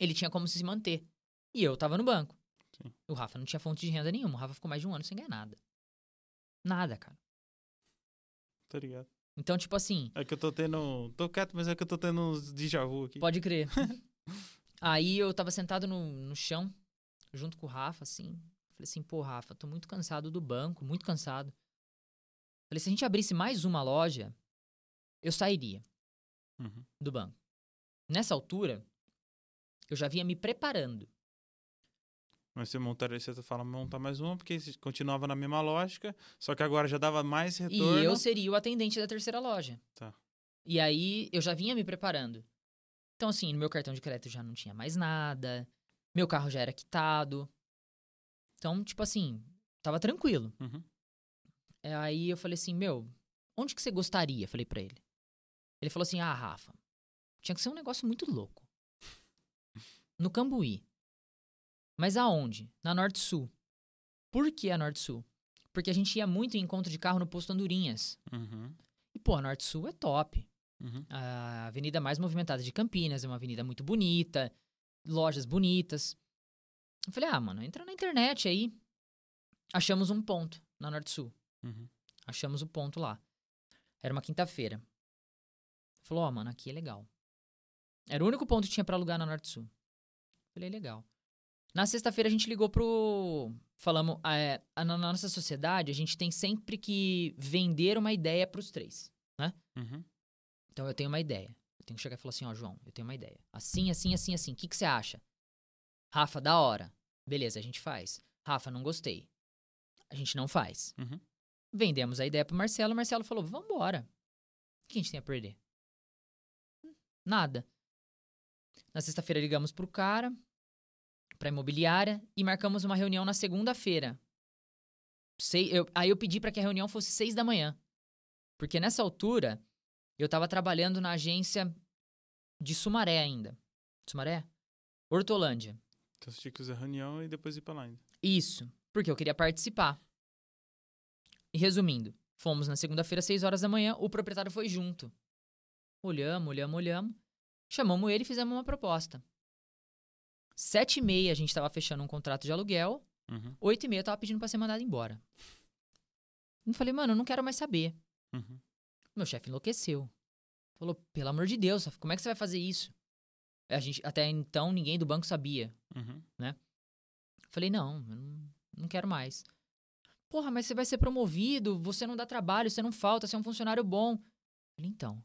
Ele tinha como se manter. E eu tava no banco. Sim. O Rafa não tinha fonte de renda nenhuma. O Rafa ficou mais de um ano sem ganhar nada. Nada, cara. Tá ligado. Então, tipo assim, É que eu tô tendo. Tô quieto, mas é que eu tô tendo uns déjà vu aqui. pode crer. aí eu tava sentado no, no chão, junto com o Rafa, assim, Falei assim, pô, Rafa, tô muito cansado do banco, muito cansado. Falei, se a gente abrisse mais uma loja, eu sairia Uhum. do banco. Nessa altura, eu já vinha me preparando. Mas você montaria, você fala montar mais uma, porque se continuava na mesma lógica, só que agora já dava mais retorno. E eu seria o atendente da terceira loja. Tá. E aí eu já vinha me preparando. Então, assim, no meu cartão de crédito já não tinha mais nada, meu carro já era quitado. Então, tipo assim, tava tranquilo. Uhum. É, Aí eu falei assim, meu, onde que você gostaria? Falei pra ele. Ele falou assim, ah, Rafa, tinha que ser um negócio muito louco. No Cambuí. Mas aonde? Na Norte Sul. Por que a Norte Sul? Porque a gente ia muito em encontro de carro no posto Andorinhas. Uhum. E, pô, a Norte Sul é top. Uhum. A avenida mais movimentada de Campinas, é uma avenida muito bonita, lojas bonitas. Eu falei, ah, mano, entra na internet aí. Achamos um ponto na Norte Sul. Uhum. Achamos o ponto lá. Era uma quinta-feira. Falou, ó, mano, aqui é legal. Era o único ponto que tinha pra alugar na Norte Sul. Falei, legal. Na sexta-feira a gente ligou pro. Falamos, ah, é, a- na na nossa sociedade, a gente tem sempre que vender uma ideia pros três. Uhum. Então eu tenho uma ideia. Eu tenho que chegar e falar assim, ó, João, eu tenho uma ideia. Assim, assim, assim, assim. O que, que você acha? Rafa, da hora. Beleza, a gente faz. Rafa, não gostei. A gente não faz. Uhum. Vendemos a ideia pro Marcelo. O Marcelo falou, vambora. O que a gente tem a perder? Hum, Nada. Na sexta-feira ligamos pro cara, pra imobiliária, e marcamos uma reunião na segunda-feira. Sei, eu- aí eu pedi pra que a reunião fosse seis da manhã. Porque nessa altura, eu tava trabalhando na agência de Sumaré ainda. Sumaré? Hortolândia. Então você tinha que usar reunião e depois ir pra lá ainda. Isso, porque eu queria participar. E resumindo, fomos na segunda-feira, 6 horas da manhã, o proprietário foi junto. Olhamos, olhamos, olhamos. Chamamos ele e fizemos uma proposta. Sete e meia a gente tava fechando um contrato de aluguel, Uhum. oito e meia eu tava pedindo pra ser mandado embora. Eu falei, mano, eu não quero mais saber. Uhum. Meu chefe enlouqueceu. Falou, pelo amor de Deus, Rafa, como é que você vai fazer isso? A gente, até então, ninguém do banco sabia. Uhum. Falei, não, eu não, não quero mais. Porra, mas você vai ser promovido, você não dá trabalho, você não falta, você é um funcionário bom. Falei, então.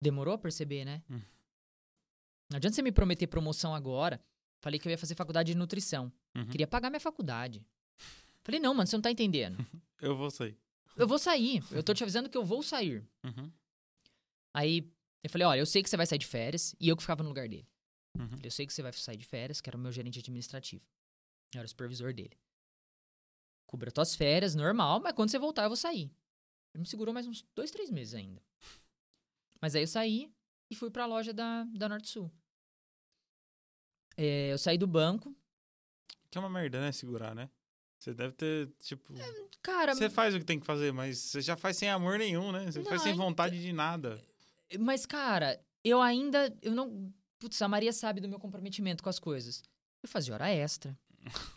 Demorou a perceber, né? Hum. Não adianta você me prometer promoção agora. Falei que eu ia fazer faculdade de nutrição. Uhum. Queria pagar minha faculdade. Falei, não, mano, você não tá entendendo. Eu vou sair. Eu vou sair. Eu tô te avisando que eu vou sair. Uhum. Aí eu falei, olha, eu sei que você vai sair de férias. E eu que ficava no lugar dele. Uhum. Falei, Eu sei que você vai sair de férias, que era o meu gerente administrativo. Eu era o supervisor dele. Cubra tuas férias, normal, mas quando você voltar eu vou sair. Ele me segurou mais uns dois, três meses ainda. Mas aí eu saí e fui pra loja da, da Norte Sul. É, eu saí do banco. Que é uma merda, né? Segurar, né? Você deve ter, tipo. É, Cara, Você faz o que tem que fazer, mas você já faz sem amor nenhum, né? Você faz sem Não, é vontade de nada. Mas, cara, eu ainda. Eu não. Putz, a Maria sabe do meu comprometimento com as coisas. Eu fazia hora extra.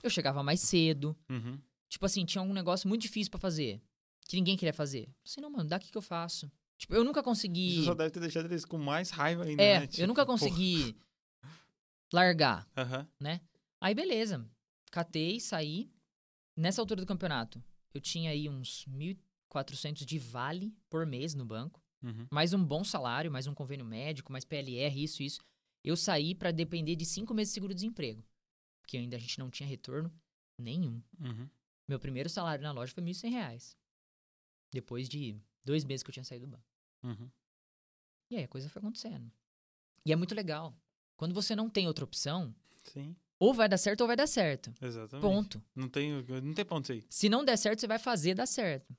Eu chegava mais cedo. Uhum. Tipo assim, tinha um negócio muito difícil pra fazer. Que ninguém queria fazer. Eu Assim, não, mano, dá aqui que eu faço. Tipo, eu nunca consegui. Isso é só deve ter deixado eles com mais raiva ainda. É, né? eu Tipo, nunca porra. consegui largar. Aham. Aí, beleza. Catei, saí. Nessa altura do campeonato, eu tinha aí uns 1.400 de vale por mês no banco. Uhum. mais um bom salário, mais um convênio médico, mais PLR, isso, isso. Eu saí pra depender de cinco meses de seguro-desemprego, porque ainda a gente não tinha retorno nenhum. Uhum. Meu primeiro salário na loja foi R$ 1.100, reais, depois de dois meses que eu tinha saído do banco. Uhum. E aí a coisa foi acontecendo. E é muito legal. Quando você não tem outra opção, Sim, ou vai dar certo ou vai dar certo. exatamente. Ponto. Não tem, não tem ponto isso aí. Se não der certo, você vai fazer dar certo.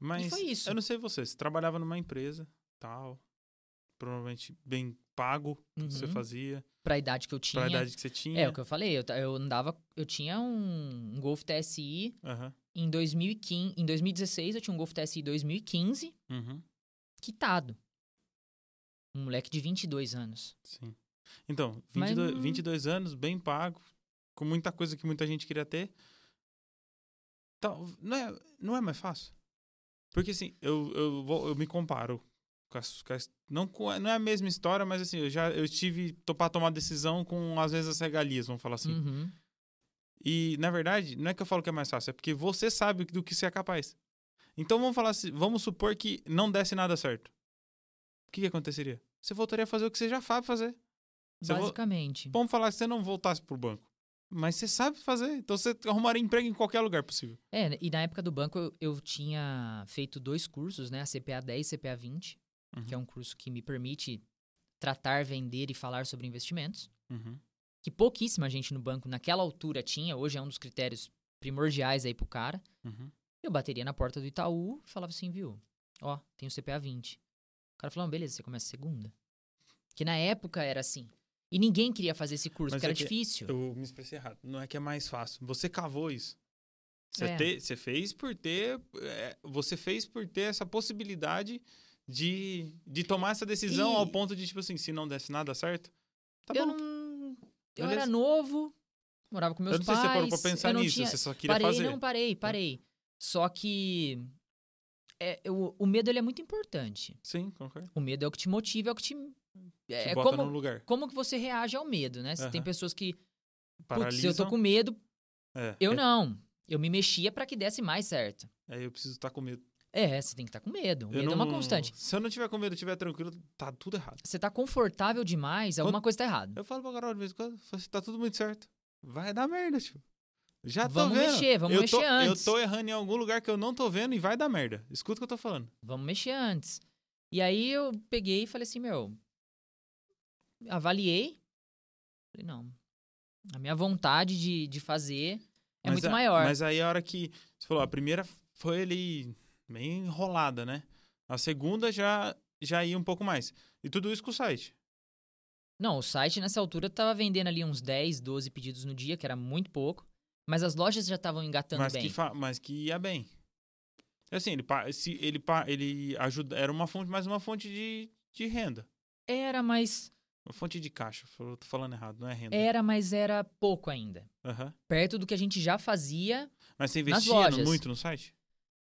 Mas foi isso. eu não sei você, você trabalhava numa empresa, tal, provavelmente bem pago, o que você Uhum. fazia, Pra idade que eu tinha. pra idade que você tinha. É, o que eu falei. Eu, ta- eu andava. Eu tinha um, um Golf TSI Aham, Em 2015, em 2016 eu tinha um Golf TSI 2015 uhum, quitado. Um moleque de 22 anos. sim. Então, Mas 22, não- 22 anos, bem pago, com muita coisa que muita gente queria ter. Tal, não, é, não é mais fácil? Porque assim, eu, eu, vou- eu me comparo. Com as, com as- não, com a- não é a mesma história, mas Hum. assim, eu já eu tive to- pra tomar decisão com, às vezes, as regalias, vamos falar assim. Uhum. E, na verdade, não é que eu falo que é mais fácil, é porque você sabe do que você é capaz. Então vamos falar, assim, vamos supor que não desse nada certo. O que, que aconteceria? Você voltaria a fazer o que você já sabe fazer. Você vo- Basicamente. Vamos falar que você não voltasse pro banco. Mas você sabe fazer, então você arrumaria emprego em qualquer lugar possível. É, e na época do banco eu, eu tinha feito dois cursos, né? A CPA 10 e CPA 20, Uhum. que é um curso que me permite tratar, vender e falar sobre investimentos, que pouquíssima gente no banco naquela altura tinha, hoje é um dos critérios primordiais aí pro cara. Uhum. Eu bateria na porta do Itaú e falava assim, viu? Ó, tem o CPA 20. O cara falava, beleza, você começa segunda. Que na época era assim. E ninguém queria fazer esse curso, Mas porque é era que difícil. Eu me expressei errado. Não é que é mais fácil. Você cavou isso. Você, É. te- você fez por ter. é, você fez por ter essa possibilidade de, de tomar essa decisão E- ao ponto de, tipo assim, se não desse nada certo. Tá eu bom. não. Eu Beleza. era novo, morava com meus eu não sei pais. se você parou pra eu pensar não nisso. tinha- Você só queria parei, fazer. Tá. não, parei, parei. Só que. é, eu- o medo ele é muito importante. Sim, concordo. O medo é o que te motiva, é o que te. É, Te é bota como, no lugar. como que você reage ao medo, né? Se Tem Aham. pessoas que. Putz, Paralisa. eu tô com medo. É, Eu é- não. Eu me mexia pra que desse mais certo. é, eu preciso estar com medo. É, você tem que estar com medo. O eu medo não- é uma constante. Se eu não tiver com medo, estiver tranquilo, tá tudo errado. Você tá confortável demais, alguma coisa tá errada. Eu falo pra Carol de vez em quando, falo assim, tá tudo muito certo. Vai dar merda, tio. Já tô Vamos vendo. mexer, vamos eu mexer tô, antes. Eu tô errando em algum lugar que eu não tô vendo e vai dar merda. Escuta o que eu tô falando. vamos mexer antes. E aí eu peguei e falei assim, meu, avaliei. Falei, não. A minha vontade de, de fazer é Mas muito a- maior. Mas aí a hora que. Você falou, a primeira foi ali bem enrolada, né? A segunda já, já ia um pouco mais. E tudo isso com o site. Não, o site nessa altura tava vendendo ali uns 10, 12 pedidos no dia, que era muito pouco. Mas as lojas já estavam engatando Mas bem. que, fa- mas que ia bem. Assim, ele, pa- se, ele, pa- ele ajuda. Era uma fonte, mais uma fonte de, de renda. Era, mas Uma fonte de caixa. Eu tô falando errado, não é renda. era, mas era pouco ainda. Aham. Perto do que a gente já fazia, Mas você Nas investia lojas. no- muito no site?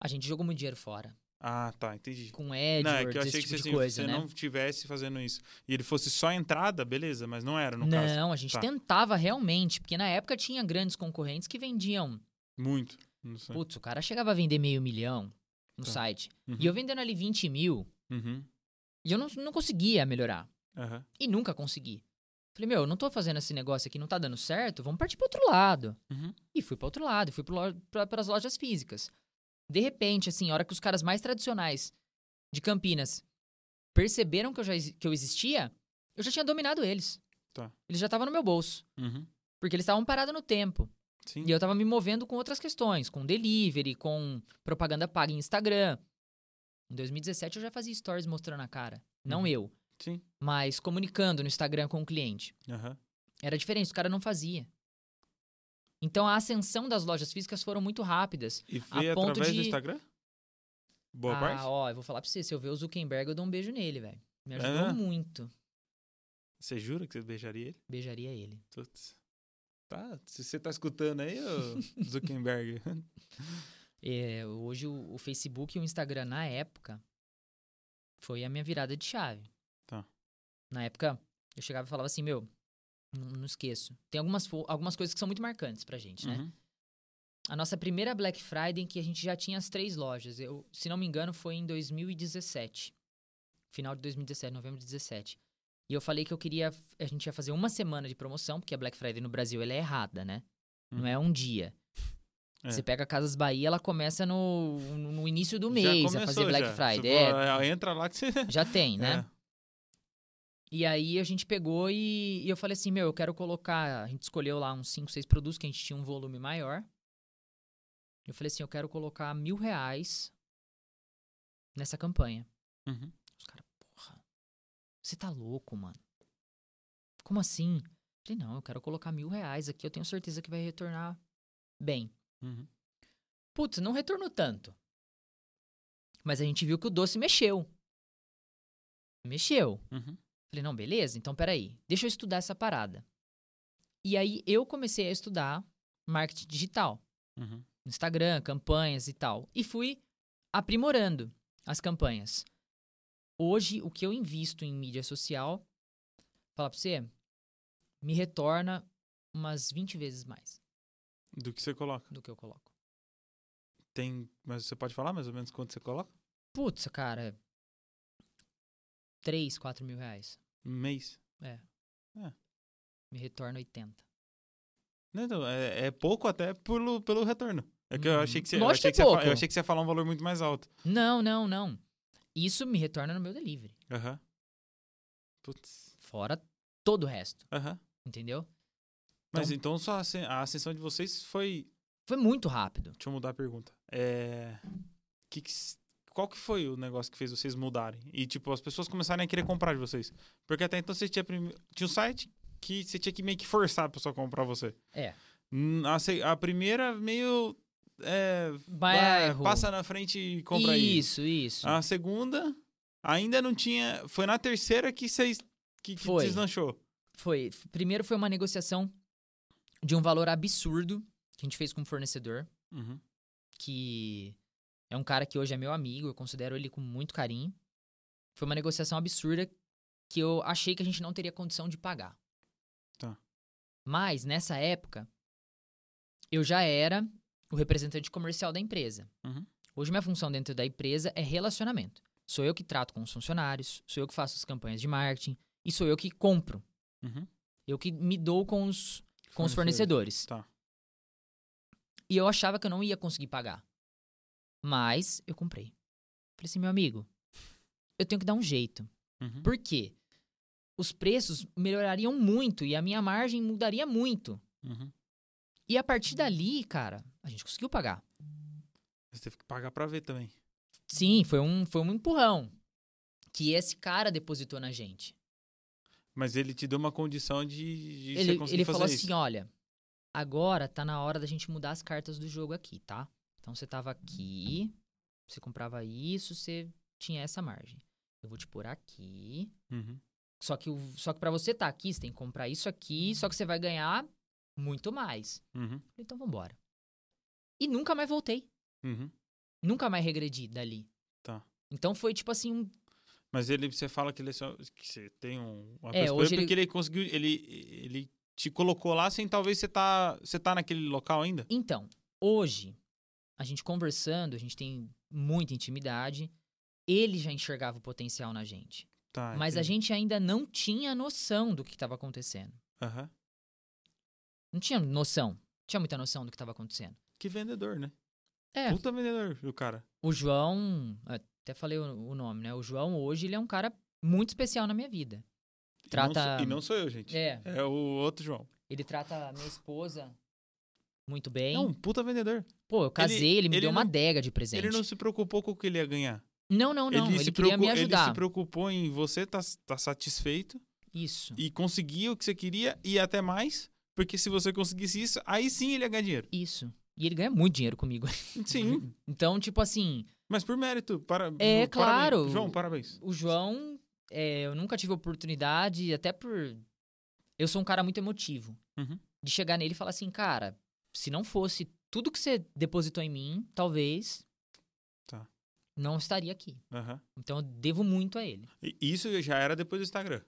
a gente jogou muito dinheiro fora. Ah, tá, entendi. Com AdWords, não, é que eu esse achei tipo que de se coisa, você né? não tivesse fazendo isso e ele fosse só entrada, beleza, mas não era, no caso. Não, a gente Tá. tentava realmente, porque na época tinha grandes concorrentes que vendiam. Muito. Não sei. Putz, o cara chegava a vender meio milhão no Hum. Tá. site. Uhum. E eu vendendo ali 20 mil, Uhum. e eu não, não conseguia melhorar. Aham. E nunca consegui. Falei, meu, eu não tô fazendo esse negócio aqui, não tá dando certo, vamos partir pro outro lado. Uhum. E fui para outro lado, fui para as lojas físicas. De repente, assim, a hora que os caras mais tradicionais de Campinas perceberam que eu, já, exi- que eu existia, eu já tinha dominado eles. Tá. Eles já estavam no meu bolso. Uhum. Porque eles estavam parados no tempo. Sim. E eu tava me movendo com outras questões, com delivery, com propaganda paga em Instagram. Em 2017 eu já fazia stories mostrando a cara. Não Uhum. eu, Sim. mas comunicando no Instagram com o cliente. Aham. Era diferente, os caras não fazia. Então a ascensão das lojas físicas foram muito rápidas. E veio ponto através de- do Instagram? Boa ah, parte? ó, eu vou falar pra você, se eu ver o Zuckerberg, eu dou um beijo nele, velho. Me ajudou É? muito. Você jura que você beijaria ele? Beijaria ele. Putz. Tá, se você tá escutando aí, ô Zuckerberg. É, hoje o, o Facebook e o Instagram, na época, foi a minha virada de chave. Tá. Na época, eu chegava e falava assim, meu, não, não esqueço. Tem algumas, fo- algumas coisas que são muito marcantes pra gente, né? Uhum. A nossa primeira Black Friday, em que a gente já tinha as três lojas. Eu, se não me engano, foi em 2017. Final de 2017, novembro de 17. E eu falei que eu queria. A gente ia fazer uma semana de promoção, porque a Black Friday no Brasil ela é errada, né? Não Hum. é um dia. É. Você pega a Casas Bahia, ela começa no, no início do mês já a fazer Black já. Friday. Você É, falou, "Ah, Entra lá que você. já tem, né? É. E aí a gente pegou e, e eu falei assim, meu, eu quero colocar. A gente escolheu lá uns 5, 6 produtos que a gente tinha um volume maior. Eu falei assim, eu quero colocar mil reais nessa campanha. Uhum. Os caras, porra, você tá louco, mano. Como assim? Eu falei, não, eu quero colocar mil reais aqui, eu tenho certeza que vai retornar bem. Uhum. Putz, não retornou tanto. Mas a gente viu que o doce mexeu. Mexeu. Uhum. Falei, não, beleza, então peraí, deixa eu estudar essa parada. E aí eu comecei a estudar marketing digital, Uhum. Instagram, campanhas e tal. E fui aprimorando as campanhas. Hoje, o que eu invisto em mídia social, falar pra você, me retorna umas 20 vezes mais. Do que você coloca. do que eu coloco. Tem. Mas você pode falar mais ou menos quanto você coloca? Putz, cara. 3, 4 mil reais. É. Um mês. É. Me retorna 80. Não, então, é, é pouco até pelo, pelo retorno. É que eu Uhum. achei que você. eu Lógico achei que você é ia fa- pouco. eu achei que você ia falar um valor muito mais alto. Não, não, não. Isso me retorna no meu delivery. Aham. Putz. Fora todo o resto, Aham. entendeu? Mas então, só a ascen- a ascensão de vocês foi Foi muito rápido. Deixa eu mudar a pergunta. É, que que s- qual que foi o negócio que fez vocês mudarem? E, tipo, as pessoas começarem a querer comprar de vocês. Porque até então você tinha, prime- tinha um site que você tinha que meio que forçar a pessoa a comprar você. É. Hum, A, se- a primeira meio... É, Bairro. vai, passa na frente e compra aí. Ah. isso, isso. A segunda ainda não tinha... Foi na terceira que vocês... Que, que Foi. deslanchou. Foi. f- Primeiro foi uma negociação de um valor absurdo que a gente fez com um fornecedor, Uhum. que é um cara que hoje é meu amigo, eu considero ele com muito carinho. Foi uma negociação absurda que eu achei que a gente não teria condição de pagar. Tá. Mas, nessa época, eu já era o representante comercial da empresa. Uhum. Hoje, minha função dentro da empresa é relacionamento. Sou eu que trato com os funcionários, sou eu que faço as campanhas de marketing e sou eu que compro. Uhum. Eu que me dou com os, com os fornecedores. Tá. E eu achava que eu não ia conseguir pagar. Mas eu comprei. Falei assim, meu amigo, eu tenho que dar um jeito. Uhum. Por quê? Os preços melhorariam muito e a minha margem mudaria muito. Uhum. E a partir dali, cara, a gente conseguiu pagar. Você teve que pagar pra ver também. Sim, foi um, foi um empurrão que esse cara depositou na gente. Mas ele te deu uma condição de, de você ele, conseguir ele fazer falou isso. assim, olha, agora tá na hora da gente mudar as cartas do jogo aqui, tá? Então você tava aqui, você comprava isso, você tinha essa margem. Eu vou te pôr aqui. Uhum. Só que, o- só que para você estar tá aqui, você tem que comprar isso aqui, só que você vai ganhar muito mais. Uhum. Então vambora. E nunca mais voltei. Uhum. Nunca mais regredi dali. Tá. Então foi tipo assim, um- Mas ele, você fala que ele é só, que você tem um, uma É, coisa hoje porque ele... conseguiu, ele, ele te colocou lá sem talvez você tá, você tá naquele local ainda. Então, hoje, a gente conversando, a gente tem muita intimidade. Ele já enxergava o potencial na gente. Tá. mas a entendi. gente ainda não tinha noção do que estava acontecendo. Aham. Não tinha noção. Tinha muita noção do que estava acontecendo. Que vendedor, né? É. Puta vendedor, o cara. O João, até falei o, o nome, né? O João hoje, ele é um cara muito especial na minha vida. Trata- E não sou, e não sou eu, gente. É. o outro João. Ele trata a minha esposa muito bem. É um puta vendedor. Pô, eu casei, ele, me ele deu uma não- adega de presente. Ele não se preocupou com o que ele ia ganhar. Não, não, não. Ele, se queria preocu- me Ele se ajudar. preocupou em você tá, tá satisfeito Isso, e conseguir o que você queria e até mais, porque se você conseguisse isso, aí sim ele ia ganhar dinheiro. isso. E ele ganha muito dinheiro comigo. Sim, Então, tipo assim, mas por mérito. Para, É, parabéns. claro. João, parabéns. o João, é, eu nunca tive oportunidade, até por. Eu sou um cara muito emotivo. Uhum. De chegar nele e falar assim, cara, se não fosse tudo que você depositou em mim, talvez. Tá. Não estaria aqui. Aham. Então eu devo muito a ele. E Isso já era depois do Instagram.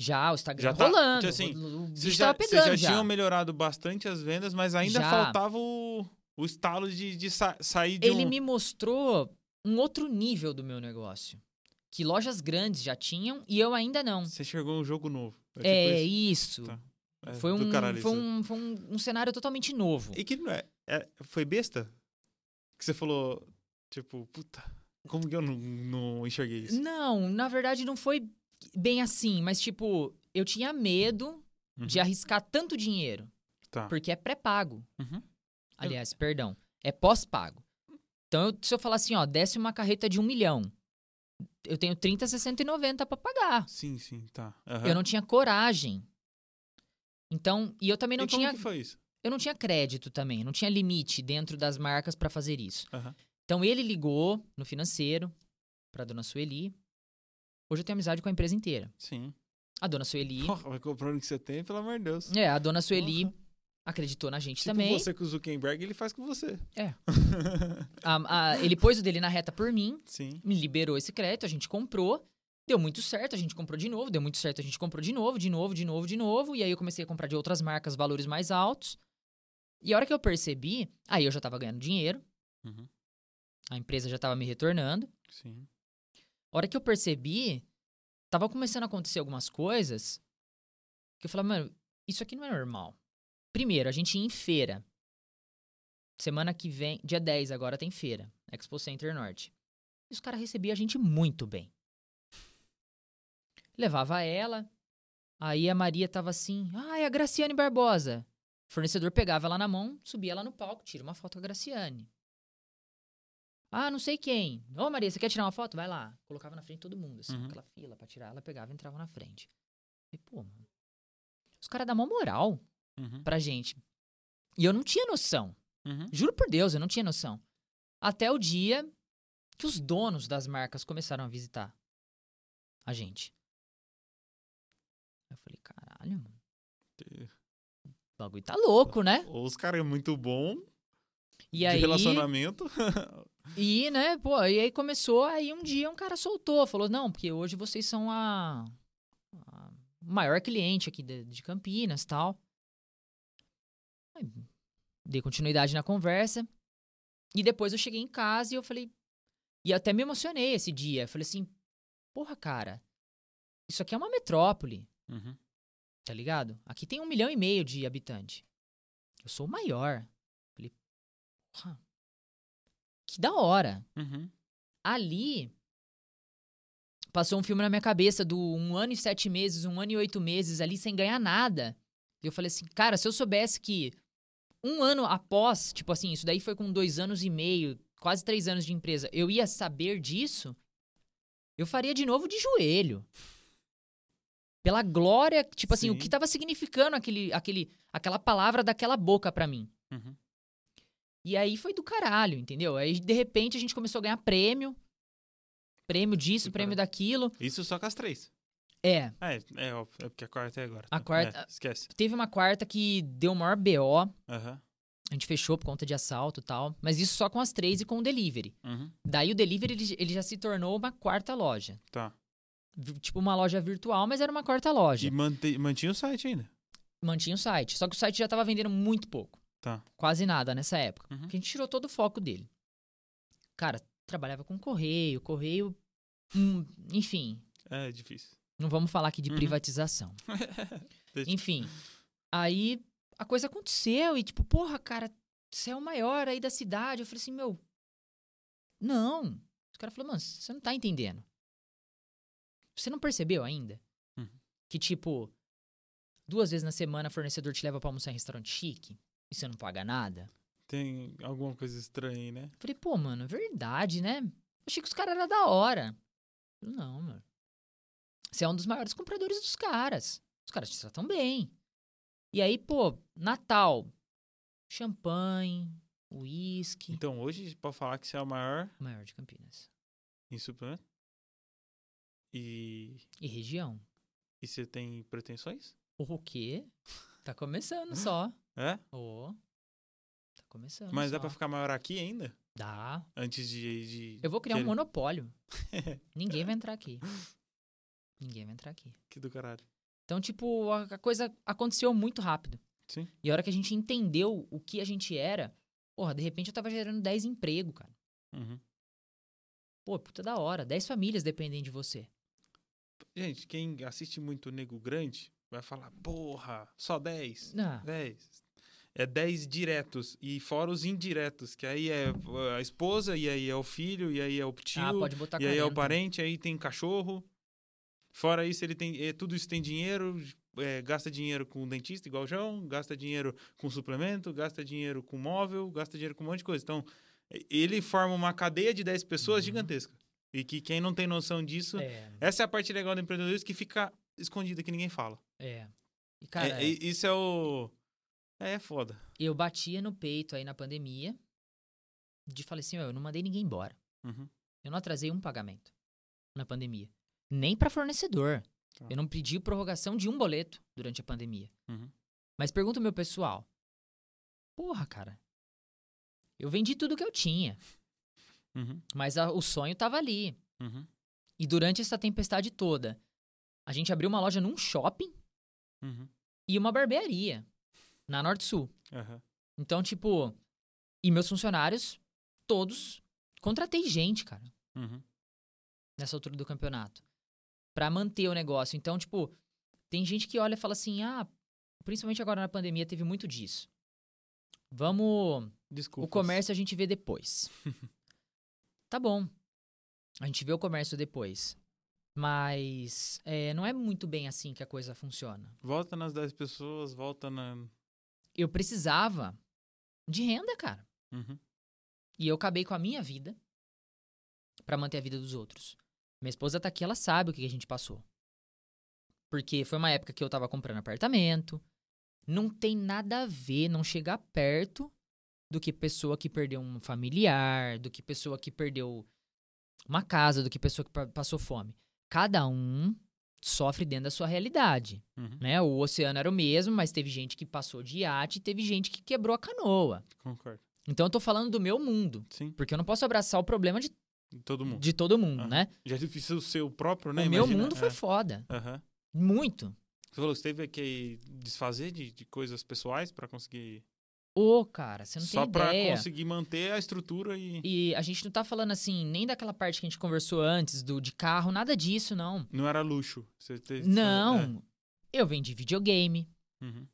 Já, o Instagram Já tá- rolando. então, assim, o o Vocês bicho já, tava vocês pegando já um já. tinham melhorado bastante as vendas, mas ainda Já. faltava o, o estalo de, de sa- sair de Ele um... me mostrou um outro nível do meu negócio. Que lojas grandes já tinham e eu ainda não. Você chegou um jogo novo. tipo É isso. isso. Tá. É Foi, do um, caralho foi, isso. um, foi um, um cenário totalmente novo. E que não é, é- Foi besta? Que você falou, tipo, puta, como que eu não, não enxerguei isso? Não, na verdade não foi bem assim, mas tipo, eu tinha medo Uhum. de arriscar tanto dinheiro, Tá. porque é pré-pago. Uhum. Aliás, perdão, é pós-pago. Então, eu- se eu falar assim, ó, desce uma carreta de um milhão, eu tenho 30, 60 e 90 pra pagar. Sim, sim, tá. Aham. Eu não tinha coragem. Então, e eu também não e tinha, como que foi isso? eu não tinha crédito também, não tinha limite dentro das marcas pra fazer isso. Aham. Então ele ligou no financeiro pra dona Sueli. Hoje eu tenho amizade com a empresa inteira. Sim. A dona Sueli. Porra, vai comprando o que você tem, pelo amor de Deus. É, a dona Sueli acreditou na gente Uhum. Tipo também. você com o Zuckerberg, ele faz com você. É. A- a- ele pôs o dele na reta por mim, Sim. me liberou esse crédito, a gente comprou. Deu muito certo, a gente comprou de novo, deu muito certo, a gente comprou de novo, de novo, de novo, de novo. E aí eu comecei a comprar de outras marcas valores mais altos. E a hora que eu percebi, aí eu já estava ganhando dinheiro, Uhum. a empresa já estava me retornando. Sim. A hora que eu percebi, tava começando a acontecer algumas coisas que eu falava, mano, isso aqui não é normal. Primeiro, a gente ia em feira. Semana que vem, dia 10 agora tem feira, Expo Center Norte. E os caras recebiam a gente muito bem. Levava ela, aí a Maria tava assim, ah, é a Graciane Barbosa. O fornecedor pegava ela na mão, subia ela no palco, tira uma foto com a Graciane. Ah, não sei quem. Ô, Maria, você quer tirar uma foto? Vai lá. Colocava na frente todo mundo, assim, Uhum. aquela fila pra tirar. Ela pegava e entrava na frente. Falei, pô, mano. Os caras dão mó moral Uhum. pra gente. E eu não tinha noção. Uhum. Juro por Deus, eu não tinha noção. Até o dia que os donos das marcas começaram a visitar a gente. Eu falei, caralho, mano. O bagulho tá louco, né? Ou os caras é muito bom E de aí. relacionamento. E, né, pô, e aí começou, aí um dia um cara soltou, falou, não, porque hoje vocês são a, a maior cliente aqui de, de Campinas tal. Aí, dei continuidade na conversa. E depois eu cheguei em casa e eu falei, e até me emocionei esse dia. Eu falei assim, porra, cara, isso aqui é uma metrópole, Uhum. tá ligado? Aqui tem um milhão e meio de habitante. Eu sou o maior. Falei, porra, que da hora Uhum. ali passou um filme na minha cabeça do um ano e sete meses, um ano e oito meses ali sem ganhar nada. E eu falei assim, cara, se eu soubesse que um ano após, tipo assim, isso daí foi com dois anos e meio, quase três anos de empresa, eu ia saber disso, eu faria de novo de joelho. Pela glória, tipo assim, o Sim. que tava significando aquele, aquele, aquela palavra daquela boca pra mim. Uhum. E aí foi do caralho, entendeu? Aí de repente a gente começou a ganhar prêmio. Prêmio disso, Que prêmio daquilo. Isso só com as três. É, Ah, É, é, óbvio, é porque a quarta é agora. A tá? quarta- É, esquece. teve uma quarta que deu o maior BO. Aham. A gente fechou por conta de assalto e tal. Mas isso só com as três e com o delivery. Uhum. Daí o delivery ele, ele já se tornou uma quarta loja. Tá. Vi- Tipo uma loja virtual, mas era uma quarta E loja. mante- mantinha o site ainda. Mantinha o site. Só que o site já tava vendendo muito pouco. Tá. Quase nada nessa época. Uhum. Porque a gente tirou todo o foco dele. Cara, trabalhava com correio, correio. hum, enfim, É difícil. Não vamos falar aqui de Uhum. privatização. Deixa. Enfim, aí a coisa aconteceu e tipo, porra, cara, você é o maior aí da cidade. Eu falei assim, meu, não. Os caras falaram, mano, você não tá entendendo. Você não percebeu ainda? Uhum. Que tipo, duas vezes na semana fornecedor te leva pra almoçar em restaurante chique e você não paga nada? Tem alguma coisa estranha aí, né? Eu falei, pô, mano, é verdade, né? Eu achei que os caras eram da hora. Eu falei, Não, mano. Você é um dos maiores compradores dos caras. Os caras te tratam bem. E aí, pô, Natal. Champanhe, uísque. Então hoje pode falar que você é o maior Maior de Campinas. em suplemento. E, E região. e você tem pretensões? O quê? Tá começando só. É? Ô. Tá começando Mas só. dá pra ficar maior aqui ainda? Dá. Antes de. de- Eu vou criar que um ele- monopólio. Ninguém vai entrar aqui. Ninguém vai entrar aqui. Que do caralho. Então, tipo, a, a coisa aconteceu muito rápido. Sim. E a hora que a gente entendeu o que a gente era, porra, de repente eu tava gerando 10 empregos, cara. Uhum. Pô, puta da hora. 10 famílias dependem de você. Gente, quem assiste muito Nego Grande vai falar: porra, só 10. Ah, 10. É 10 diretos. E fora os indiretos, que aí é uh, a esposa, e aí é o filho, e aí é o tio. ah, pode botar E aí é o 40. parente, aí tem cachorro. Fora isso, ele tem. é, tudo isso tem dinheiro. é, gasta dinheiro com dentista, igual o João, gasta dinheiro com suplemento, gasta dinheiro com móvel, gasta dinheiro com um monte de coisa. Então, e- ele forma uma cadeia de 10 pessoas Uhum. gigantesca. E que quem não tem noção disso. É, Essa é a parte legal do empreendedorismo que fica escondida, que ninguém fala. é. E, cara, É, e- isso é o. É, é foda. eu batia no peito aí na pandemia de falei assim, ó, eu não mandei ninguém embora. Uhum. Eu não atrasei um pagamento na pandemia. Nem pra fornecedor. Tá. Eu não pedi prorrogação de um boleto durante a pandemia. Uhum. Mas pergunta o meu pessoal. Porra, cara. Eu vendi tudo que eu tinha, Uhum. mas a- o sonho tava ali. Uhum. E durante essa tempestade toda, a gente abriu uma loja num shopping Uhum. e uma barbearia na Norte Sul. Aham. Então, tipo, e meus funcionários, todos, contratei gente, cara, Uhum. nessa altura do campeonato, Pra manter o negócio. Então, tipo, tem gente que olha e fala assim: "Ah, principalmente agora na pandemia teve muito disso. Vamos Desculpa. o comércio a gente vê depois. tá bom. A gente vê o comércio depois. Mas é, não é muito bem assim que a coisa funciona. Volta nas 10 pessoas, volta na. Eu precisava de renda, cara. Uhum. E eu acabei com a minha vida pra manter a vida dos outros. Minha esposa tá aqui, ela sabe o que que a gente passou. Porque foi uma época que eu tava comprando apartamento. Não tem nada a ver, não chegar perto do que pessoa que perdeu um familiar, do que pessoa que perdeu uma casa, do que pessoa que pa- passou fome. Cada um sofre dentro da sua realidade, Uhum. né? O oceano era o mesmo, mas teve gente que passou de iate, teve gente que quebrou a canoa. Concordo. Então eu tô falando do meu mundo. Sim, Porque eu não posso abraçar o problema de, todo mundo. de todo mundo, Aham. né? Já é difícil ser o próprio, né? o meu Imagina, mundo foi é. foda. Aham. Muito. Você falou que você teve que desfazer de, de coisas pessoais pra conseguir. Ô, cara, você não Só tem pra ideia. conseguir manter a estrutura e. E a gente não tá falando assim, nem daquela parte que a gente conversou antes, do de carro, nada disso, não. Não era luxo. Você te- É. Não. Eu vendi videogame. Uhum.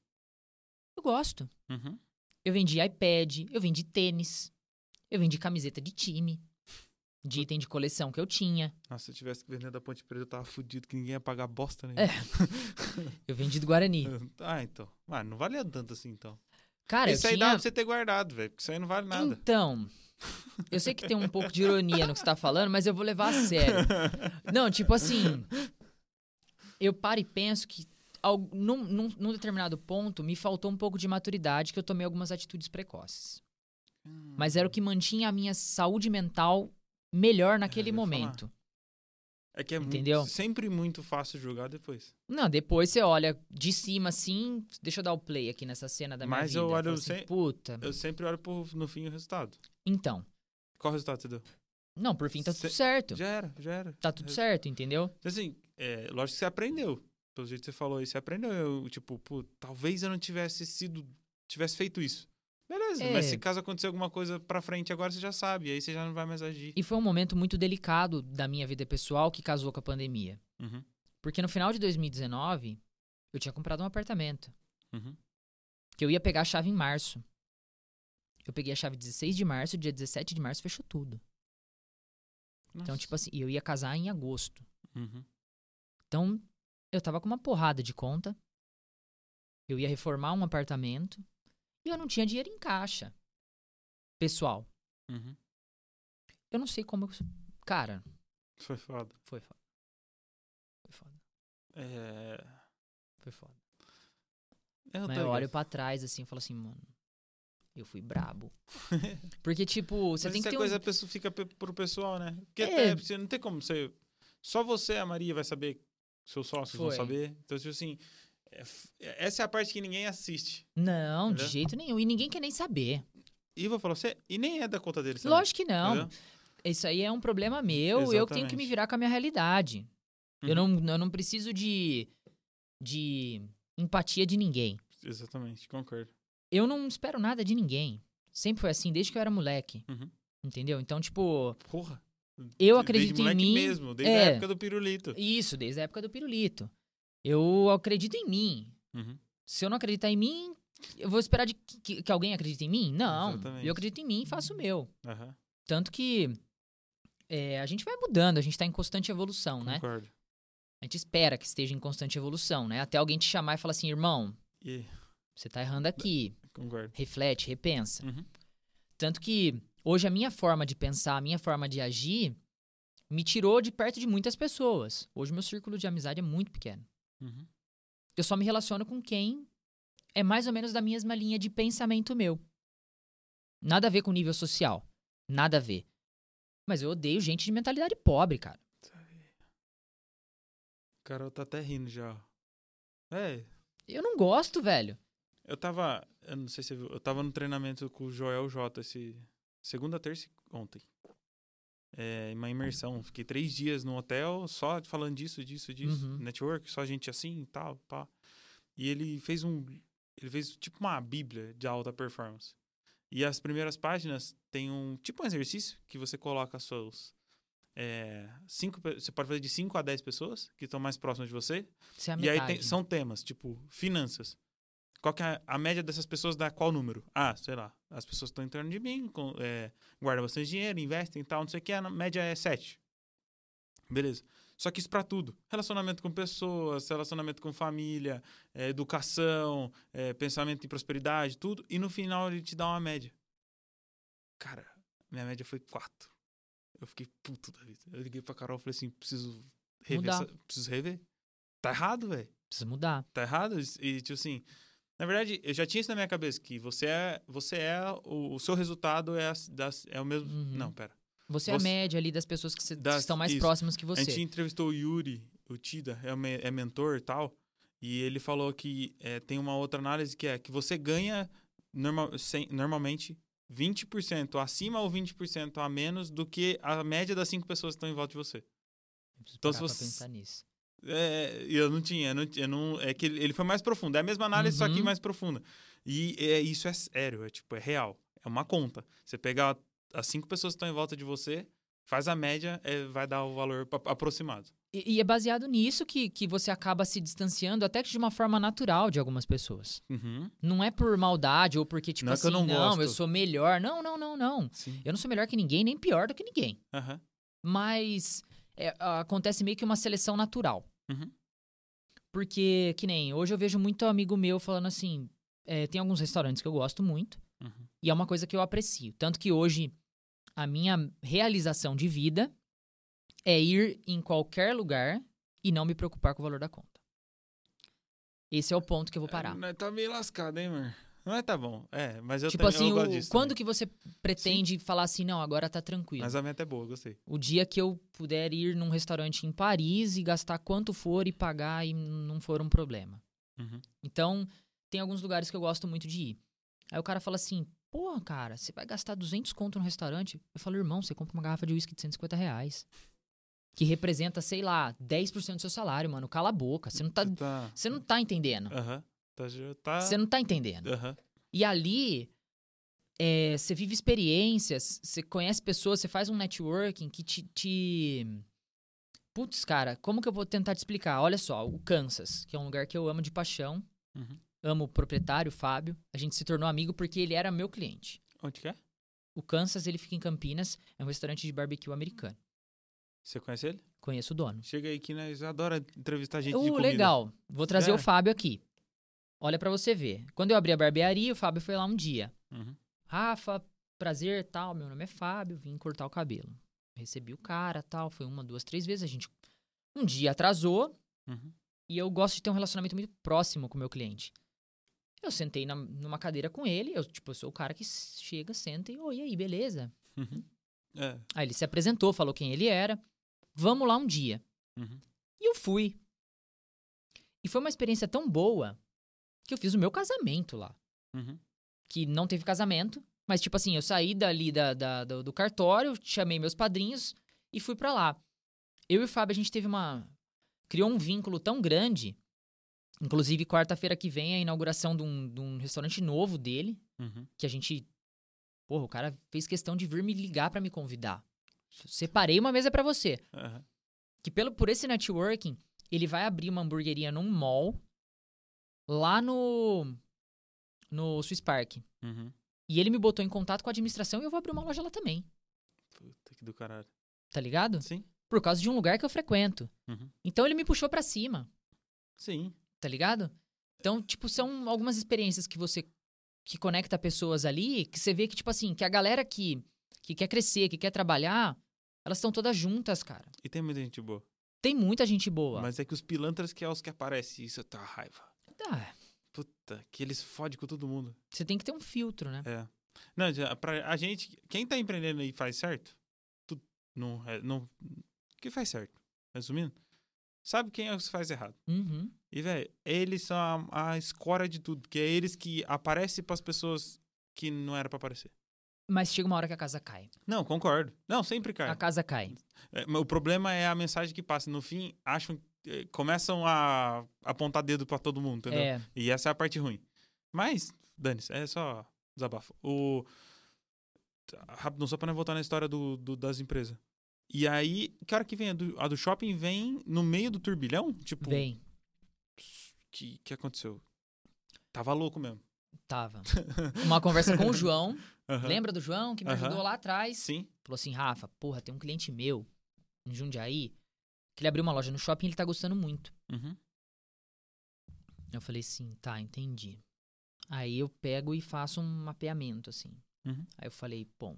Eu gosto. Uhum. Eu vendi iPad, eu vendi tênis. Eu vendi camiseta de time. De item de coleção que eu tinha. Nossa, se eu tivesse que vender da Ponte Preta, eu tava fudido, que ninguém ia pagar bosta nenhuma. É. Eu vendi do Guarani. Ah, então. Ah, não valia tanto assim, então. É. Cara, isso eu aí tinha... dá pra você ter guardado, velho, porque isso aí não vale nada. Então, eu sei que tem um pouco de ironia no que você tá falando, mas eu vou levar a sério. Não, tipo assim, eu paro e penso que al- num, num- num determinado ponto me faltou um pouco de maturidade que eu tomei algumas atitudes precoces. Mas era o que mantinha a minha saúde mental melhor naquele eu ia falar. momento. É que é mu- Entendeu? sempre muito fácil julgar depois. Não, depois você olha de cima assim, deixa eu dar o play aqui nessa cena da minha Mas vida. eu olho falo assim, sem- Puta. Eu sempre olho pro, no fim o resultado. Então, Qual resultado você deu? não, por fim tá tudo Se- certo. Já era, já era. Tá tudo Res- certo, entendeu? Assim, é, lógico que você aprendeu. Pelo jeito que você falou aí, você aprendeu. Eu, tipo, pô, talvez eu não tivesse sido. tivesse feito isso. Beleza, É. mas se caso acontecer alguma coisa pra frente agora, você já sabe. Aí você já não vai mais agir. E foi um momento muito delicado da minha vida pessoal que casou com a pandemia. Uhum, Porque no final de 2019, eu tinha comprado um apartamento. uhum, Que eu ia pegar a chave em março. Eu peguei a chave 16 de março, dia 17 de março fechou tudo. Então, Nossa. tipo assim, e eu ia casar em agosto. Uhum, Então, eu tava com uma porrada de conta. Eu ia reformar um apartamento. E eu não tinha dinheiro em caixa. Pessoal, uhum. eu não sei como eu. Cara, Foi foda. foi foda. Foi foda. É. Foi foda. Eu Mas tô Né, eu olho ligado. pra trás, assim, eu falo assim, mano, eu fui brabo. Porque, tipo, você Mas tem isso que é ter coisa um... que pessoa fica pe- pro pessoal, né? Porque É. até você não tem como você. Só você, a Maria, vai saber. Seus sócios vão Foi. saber. Então, tipo assim. é f- essa é a parte que ninguém assiste. Não, de Entendeu? jeito nenhum. E ninguém quer nem saber. E vou falar pra você. E nem é da conta deles. também, Lógico que não. entendeu? Isso aí é um problema meu, eu que tenho que me Exatamente. virar com a minha realidade. Eu, Uhum. não, eu não preciso de, de empatia de ninguém. Exatamente, concordo. Eu não espero nada de ninguém. Sempre foi assim, desde que eu era moleque. Uhum. Entendeu? Então, tipo, Porra. eu Desde acredito em moleque mim. mesmo, desde a é. época do pirulito. Isso, desde a época do pirulito. Eu acredito em mim. Uhum. se eu não acreditar em mim, eu vou esperar de que, que- que alguém acredite em mim? Não. Exatamente. Eu acredito em mim e faço o meu. Aham, Tanto que é, a gente vai mudando, a gente tá em constante evolução, né? concordo. A gente espera que esteja em constante evolução, né? Até alguém te chamar e falar assim, irmão, E, você tá errando aqui. concordo. Reflete, repensa. Uhum. Tanto que hoje a minha forma de pensar, a minha forma de agir, me tirou de perto de muitas pessoas. Hoje meu círculo de amizade é muito pequeno. Uhum. Eu só me relaciono com quem é mais ou menos da mesma linha de pensamento meu. Nada a ver com nível social. Nada a ver. Mas eu odeio gente de mentalidade pobre, cara. O Carol tá até rindo já. ó. É, Eu não gosto, velho. Eu tava. Eu não sei se você viu. Eu tava no treinamento com o Joel J esse. Segunda, terça e ontem. É, uma imersão. Fiquei três dias no hotel só falando disso, disso, disso. Uhum. Network, só gente assim e tal, pá. E ele fez um. Ele fez tipo uma bíblia de alta performance. E as primeiras páginas tem um tipo um exercício que você coloca seus é, cinco, pe- você pode fazer de 5 a 10 pessoas que estão mais próximas de você. Isso é a e aí metade. tem- são temas, tipo finanças. Qual que é a, a média dessas pessoas dá qual número? Ah, sei lá. As pessoas estão em torno de mim, com, é, guardam bastante dinheiro, investem e tal, não sei o que. A na- média é 7. Beleza. Só que isso pra tudo. Relacionamento com pessoas, relacionamento com família, é, educação, é, pensamento em prosperidade, tudo. E no final ele te dá uma média. Cara, minha média foi 4. Eu fiquei puto da vida. Eu liguei pra Carol e falei assim, preciso rever. Mudar. essa- preciso rever. Tá errado, velho Precisa mudar. tá errado? E, tipo assim, na verdade, eu já tinha isso na minha cabeça, que você é, você é o, o seu resultado é, as- das, é o mesmo... Uhum. Não, pera. Você, é a Você- média ali das pessoas que, se- que Das- estão mais isso. próximas que A gente você. entrevistou o Yuri, o Tida, é, o me- é mentor e tal, e ele falou que é, tem uma outra análise que é que você ganha norma, sem- normalmente 20% acima ou 20% a menos do que a média das cinco pessoas que estão em volta de você. Então, Então, se se você... você- pensar nisso. É, eu não tinha, eu não, ti- eu não- é que ele, ele foi mais profundo. É a mesma análise, só que Uhum. mais profunda. E é, isso é sério, é tipo, é real. É uma conta. Você pegar as cinco pessoas que estão em volta de você, faz a média, é, vai dar o valor pa- aproximado. E, e é baseado nisso que, que você acaba se distanciando até que de uma forma natural de algumas pessoas. Uhum. Não é por maldade ou porque, tipo Não é que assim, eu não não, gosto." eu sou melhor. Não, não, não, não. Sim. Eu não sou melhor que ninguém, nem pior do que ninguém. Aham. Mas é, a- acontece meio que uma seleção natural. Uhum. Porque, que nem, hoje eu vejo muito amigo meu falando assim, é, tem alguns restaurantes que eu gosto muito Uhum. e é uma coisa que eu aprecio. Tanto que hoje a minha realização de vida é ir em qualquer lugar e não me preocupar com o valor da conta. Esse é o ponto que eu vou parar. É, mas tá meio lascado, hein, amor? Mas tá bom. É, mas eu tipo também assim, eu gosto o- disso quando também. que você pretende falar assim, não, agora tá tranquilo? Mas a meta é boa, eu gostei. O dia que eu puder ir num restaurante em Paris e gastar quanto for e pagar e não for um problema. Uhum. Então, tem alguns lugares que eu gosto muito de ir. Aí o cara fala assim, porra, cara, você vai gastar 200 conto no restaurante? Eu falo, irmão, você compra uma garrafa de uísque de 150 reais. Que representa, sei lá, 10% do seu salário, mano. Cala a boca. Você não tá, Você tá... você não tá entendendo. Aham. Tá... já- tá- Você não tá entendendo. Aham. E ali, é, você vive experiências, você conhece pessoas, você faz um networking que te. te... Putz, cara, como que eu vou tentar te explicar? Olha só, o Kansas, que é um lugar que eu amo de paixão. Uhum. Amo o proprietário, Fábio. A gente se tornou amigo porque ele era meu cliente. Onde que é? O Kansas, ele fica em Campinas, é um restaurante de barbecue americano. Você conhece ele? Conheço o dono. Chega aí que nós adora entrevistar gente de Uh, comida. É. legal. Vou trazer o Cara. Fábio aqui. Olha pra você ver. Quando eu abri a barbearia, o Fábio foi lá um dia. Uhum. Rafa, prazer, tal, meu nome é Fábio, vim cortar o cabelo. Recebi o cara, tal, foi uma, duas, três vezes, a gente um dia atrasou Uhum. e eu gosto de ter um relacionamento muito próximo com o meu cliente. Eu sentei na- numa cadeira com ele, eu tipo, eu sou o cara que chega, senta e, oi, e aí, beleza? É. Aí ele se apresentou, falou quem ele era. Vamos lá um dia. Uhum. E eu fui. E foi uma experiência tão boa que eu fiz o meu casamento lá. Uhum. que não teve casamento. Mas, tipo assim, eu saí dali da, da- do, do cartório, chamei meus padrinhos e fui pra lá. Eu e o Fábio, a gente teve uma. Criou um vínculo tão grande. Inclusive, quarta-feira que vem é a inauguração de um, de um restaurante novo dele, Uhum. que a gente. Porra, o cara fez questão de vir me ligar pra me convidar. Separei uma mesa pra você. Aham. Que pelo, por esse networking, ele vai abrir uma hamburgueria num mall lá no. No Swiss Park. Uhum. E ele me botou em contato com a administração e eu vou abrir uma loja lá também, Puta que do caralho. tá ligado? Sim. Por causa de um lugar que eu frequento. Uhum. Então ele me puxou pra cima, Sim. tá ligado? Então, tipo, são algumas experiências que você que conecta pessoas ali, que você vê que tipo assim, que a galera que que quer crescer, que quer trabalhar, elas estão todas juntas, cara. E tem muita gente boa. Tem muita gente boa. Mas é que os pilantras que é os que aparecem. Isso eu tenho uma raiva. Ah, Puta, que eles fodem com todo mundo. você tem que ter um filtro, né? É. Não, já, pra, a gente... Quem tá empreendendo aí faz certo? Tu, não, é, não... Que faz certo? Resumindo. Sabe quem é os que faz errado. Uhum. E, velho, eles são a, a escória de tudo. Porque é eles que aparecem pras pessoas que não era pra aparecer. Mas chega uma hora que a casa cai. Não, concordo. Não, sempre cai. A casa cai. É, mas o problema é a mensagem que passa. No fim, acham, eh, começam a apontar dedo pra todo mundo, entendeu? É, E essa é a parte ruim. Mas, dane-se, é só desabafo. O... Rápido, só pra não é voltar na história do, do- das empresas. E aí, que hora que vem? A do, a do shopping vem no meio do turbilhão? Tipo, Bem, que, que aconteceu? Tava louco mesmo. tava. Uma conversa com o João. Aham. Lembra do João que me Aham. ajudou lá atrás? Sim. Falou assim, Rafa, porra, tem um cliente meu em Jundiaí que ele abriu uma loja no shopping e ele tá gostando muito. Uhum. Eu falei assim, tá, entendi. Aí eu pego e faço um mapeamento, assim. Uhum. Aí eu falei, bom,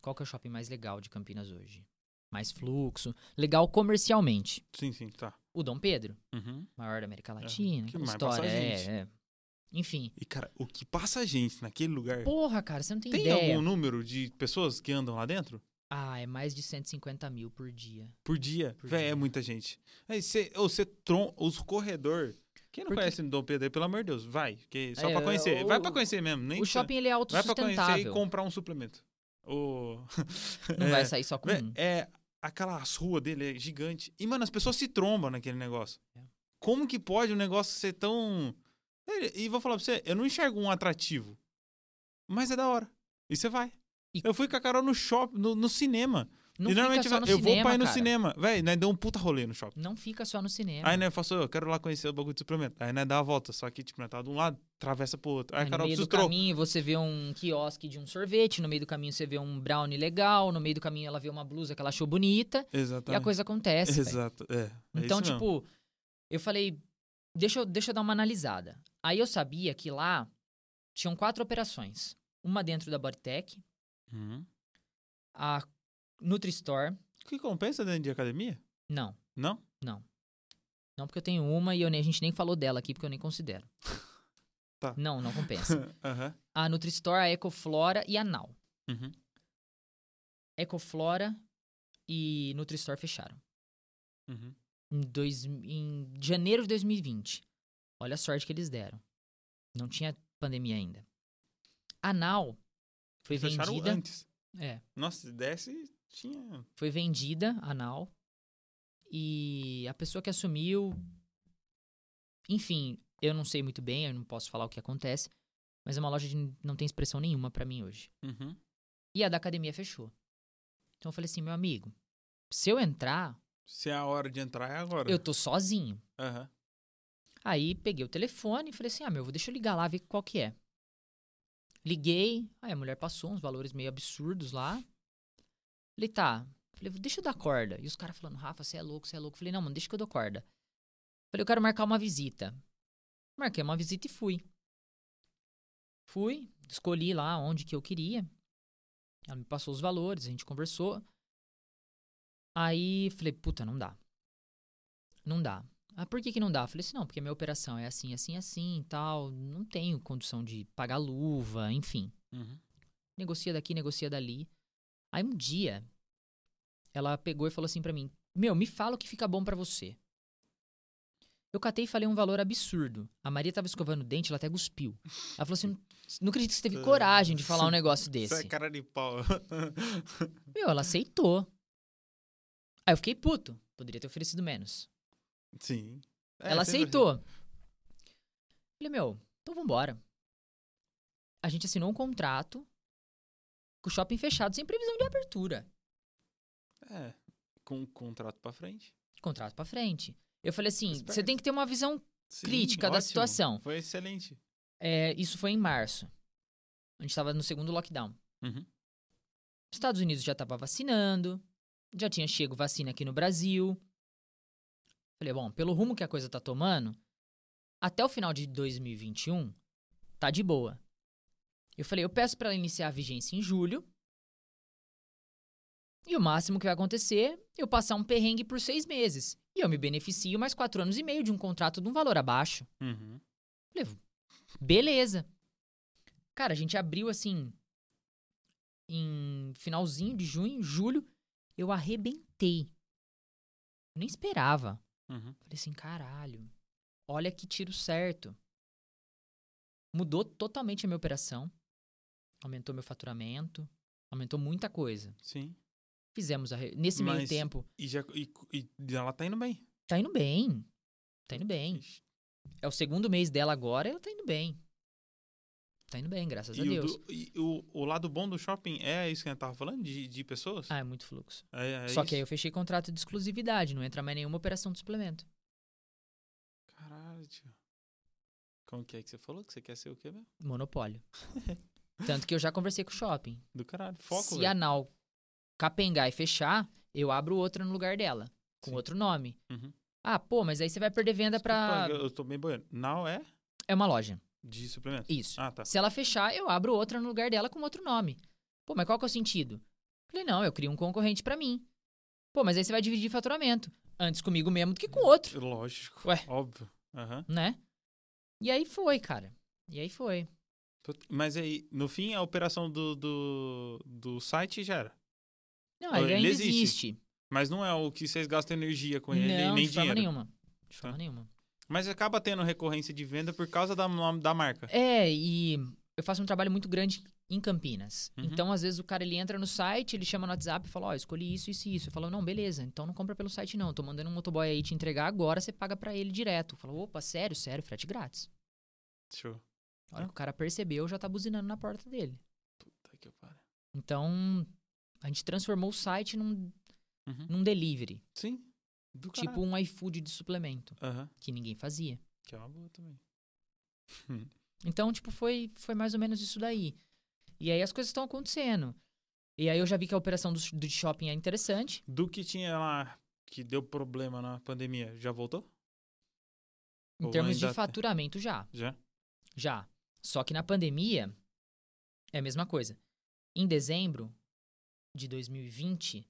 qual que é o shopping mais legal de Campinas hoje? Mais fluxo, legal comercialmente. Sim, sim, tá. O Dom Pedro, Uhum. maior da América Latina, que aquela mais história, passa é, gente. é. Enfim, E, cara, o que passa a gente naquele lugar? porra, cara, você não tem, tem ideia. algum número de pessoas que andam lá dentro? Ah, é mais de 150 mil por dia. Por dia. Por Véi, é dia. muita gente. Aí você, ou você tron, os corredor. Quem não Porque- conhece o Dom Pedro aí, pelo amor de Deus, vai. Que só É, pra conhecer. o- vai pra conhecer mesmo, nem o precisa- shopping, ele é Vai pra conhecer e autossustentável. comprar um suplemento. O... Não É, vai sair só com Vé, um. É, aquelas ruas dele é gigante. E, mano, as pessoas se trombam naquele negócio. É. Como que pode um negócio ser tão. É, E- E vou falar pra você, eu não enxergo um atrativo. Mas é da hora. E você vai. E- Eu fui com a Carol no shopping, no, no cinema. Não e fica normalmente só no eu cinema, vou pra ir no cara. cinema. Véi, nós deu um puta rolê no shopping. Não fica só no cinema. Aí, né, eu faço, eu quero lá conhecer o bagulho de suplemento. Aí, né, dá a volta. Só que, tipo, nós tava de um lado, atravessa pro outro. Aí, Aí a É no é, Carol meio do preciso troco. caminho você vê um quiosque de um sorvete, no meio do caminho você vê um brownie legal, no meio do caminho ela vê uma blusa que ela achou bonita e a Exatamente. coisa acontece. velho. Exato, é. Tá. é então, isso mesmo. tipo, eu falei, deixa eu, deixa eu dar uma analisada. Aí eu sabia que lá tinham quatro operações. Uma dentro da Bodytech, Uhum. a Nutristore, O que compensa dentro de academia? não. Não? Não porque eu tenho uma e eu nem- a gente nem falou dela aqui porque eu nem considero. Tá. Não, não compensa. Aham. A Nutristore, a Ecoflora e a Nau. Uhum. Ecoflora e Nutristore fecharam. Uhum. Em, dois, em janeiro de 2020. Olha a sorte que eles deram. Não tinha pandemia ainda. A Nau foi Fecharam vendida. antes. É, Nossa, se desse, tinha. foi vendida a Nau. E a pessoa que assumiu. Enfim, eu não sei muito bem, eu não posso falar o que acontece. Mas é uma loja que não tem expressão nenhuma pra mim hoje. Uhum. E a da academia fechou. Então eu falei assim, meu amigo, se eu entrar, Se a hora de entrar é agora. eu tô sozinho. Aham. Aí peguei o telefone e falei assim: ah, meu, deixa eu ligar lá, ver qual que é. Liguei, aí a mulher passou uns valores meio absurdos lá. Falei, tá. Falei, deixa eu dar corda. E os caras falando, Rafa, você é louco, você é louco. Falei, não, mano, deixa que eu dou corda. Falei, eu quero marcar uma visita. Marquei uma visita e fui. Fui, escolhi lá onde que eu queria. Ela me passou os valores, a gente conversou. Aí falei, puta, não dá. Não dá. Ah, por que, que não dá? Eu Falei assim, não, porque minha operação é assim, assim, assim e tal. Não tenho condição de pagar luva, enfim. Uhum. Negocia daqui, negocia dali. Aí um dia, ela pegou e falou assim pra mim: Meu, me fala o que fica bom pra você. Eu catei e falei um valor absurdo. A Maria tava escovando o dente, ela até cuspiu. Ela falou assim: "Não- Não acredito que você teve coragem de falar um negócio Isso desse. é cara de pau. Meu, ela aceitou. Aí eu fiquei puto. Poderia ter oferecido menos. Sim. É, Ela sempre aceitou. Falei, meu, então vambora. A gente assinou um contrato com o shopping fechado, sem previsão de abertura. assim. É. Com o contrato pra frente. Contrato pra frente. Eu falei assim, Esperto. você tem que ter uma visão. Sim, Crítica da ótimo. situação. Foi excelente. É, isso foi em março. A gente tava no segundo lockdown. Uhum. Os Estados Unidos já tava vacinando, já tinha chego vacina aqui no Brasil. Falei, bom, pelo rumo que a coisa tá tomando, até o final de 2021, tá de boa. Eu falei, eu peço pra iniciar a vigência em julho. E o máximo que vai acontecer, eu passar um perrengue por seis meses. E eu me beneficio mais quatro anos e meio de um contrato de um valor abaixo. Uhum. Beleza. Cara, a gente abriu assim. Em finalzinho de junho, julho, eu arrebentei. Eu nem esperava. Uhum. Falei assim, caralho, olha que tiro certo. Mudou totalmente a minha operação. Aumentou meu faturamento. Aumentou muita coisa. Sim. Fizemos a re- nesse meio Mas- tempo. E, já, e, e ela tá indo bem. Tá indo bem. Tá indo bem. Ixi. É o segundo mês dela agora, ela tá indo bem. Tá indo bem, graças E, a o, Deus. do- e o, o lado bom do shopping é isso que a gente tava falando? De, de pessoas? Ah, é muito fluxo. É- é Só isso? que aí eu fechei contrato de exclusividade, não entra mais nenhuma operação de suplemento. Caralho, tio. Como que é que você falou? Que você quer ser o quê mesmo? Monopólio. Tanto que eu já conversei com o shopping. Do caralho. Foco, Se a velho. Nau capengar e fechar, eu abro outra no lugar dela, com Sim. outro nome. Uhum. Ah, pô, mas aí você vai perder venda pra. Desculpa, Eu eu tô bem boiando. Now é É uma loja. de suplemento. Isso. Ah, tá. Se ela fechar, eu abro outra no lugar dela com outro nome. Pô, mas qual que é o sentido? Falei, não, eu crio um concorrente pra mim. Pô, mas aí você vai dividir faturamento. Antes comigo mesmo do que com outro, Lógico. Ué. Óbvio. Aham. né? E aí foi, cara. E aí foi. Put- Mas aí, no fim, a operação do, do, do site já era. Não, Ah, ele ele ainda existe. existe. Mas não é o que vocês gastam energia com ele, não, nem de dinheiro. Tá. forma nenhuma. De forma nenhuma. Mas acaba tendo recorrência de venda por causa da, nome da marca. É, e eu faço um trabalho muito grande em Campinas. Uhum. Então, às vezes, o cara ele entra no site, ele chama no WhatsApp e fala, ó, escolhi isso, isso e isso. Eu falo, não, beleza, então não compra pelo site, não. Tô mandando um motoboy aí te entregar agora, você paga pra ele direto. Eu falo, opa, sério, sério, frete grátis. Show. A hora Ah. que o cara percebeu, já tá buzinando na porta dele. Puta que pariu. Então, a gente transformou o site num, Uhum. num delivery. Sim. Do Tipo caralho. um iFood de suplemento, Aham. que ninguém fazia. Que é uma boa também. Então, tipo, foi, foi mais ou menos isso daí. E aí as coisas estão acontecendo. E aí eu já vi que a operação do, sh- do shopping é interessante. Do que tinha lá que deu problema na pandemia, já voltou? Em Ou termos ainda tá. tem? de faturamento, já. Já? Já. Só que na pandemia, é a mesma coisa. Em dezembro de 2020,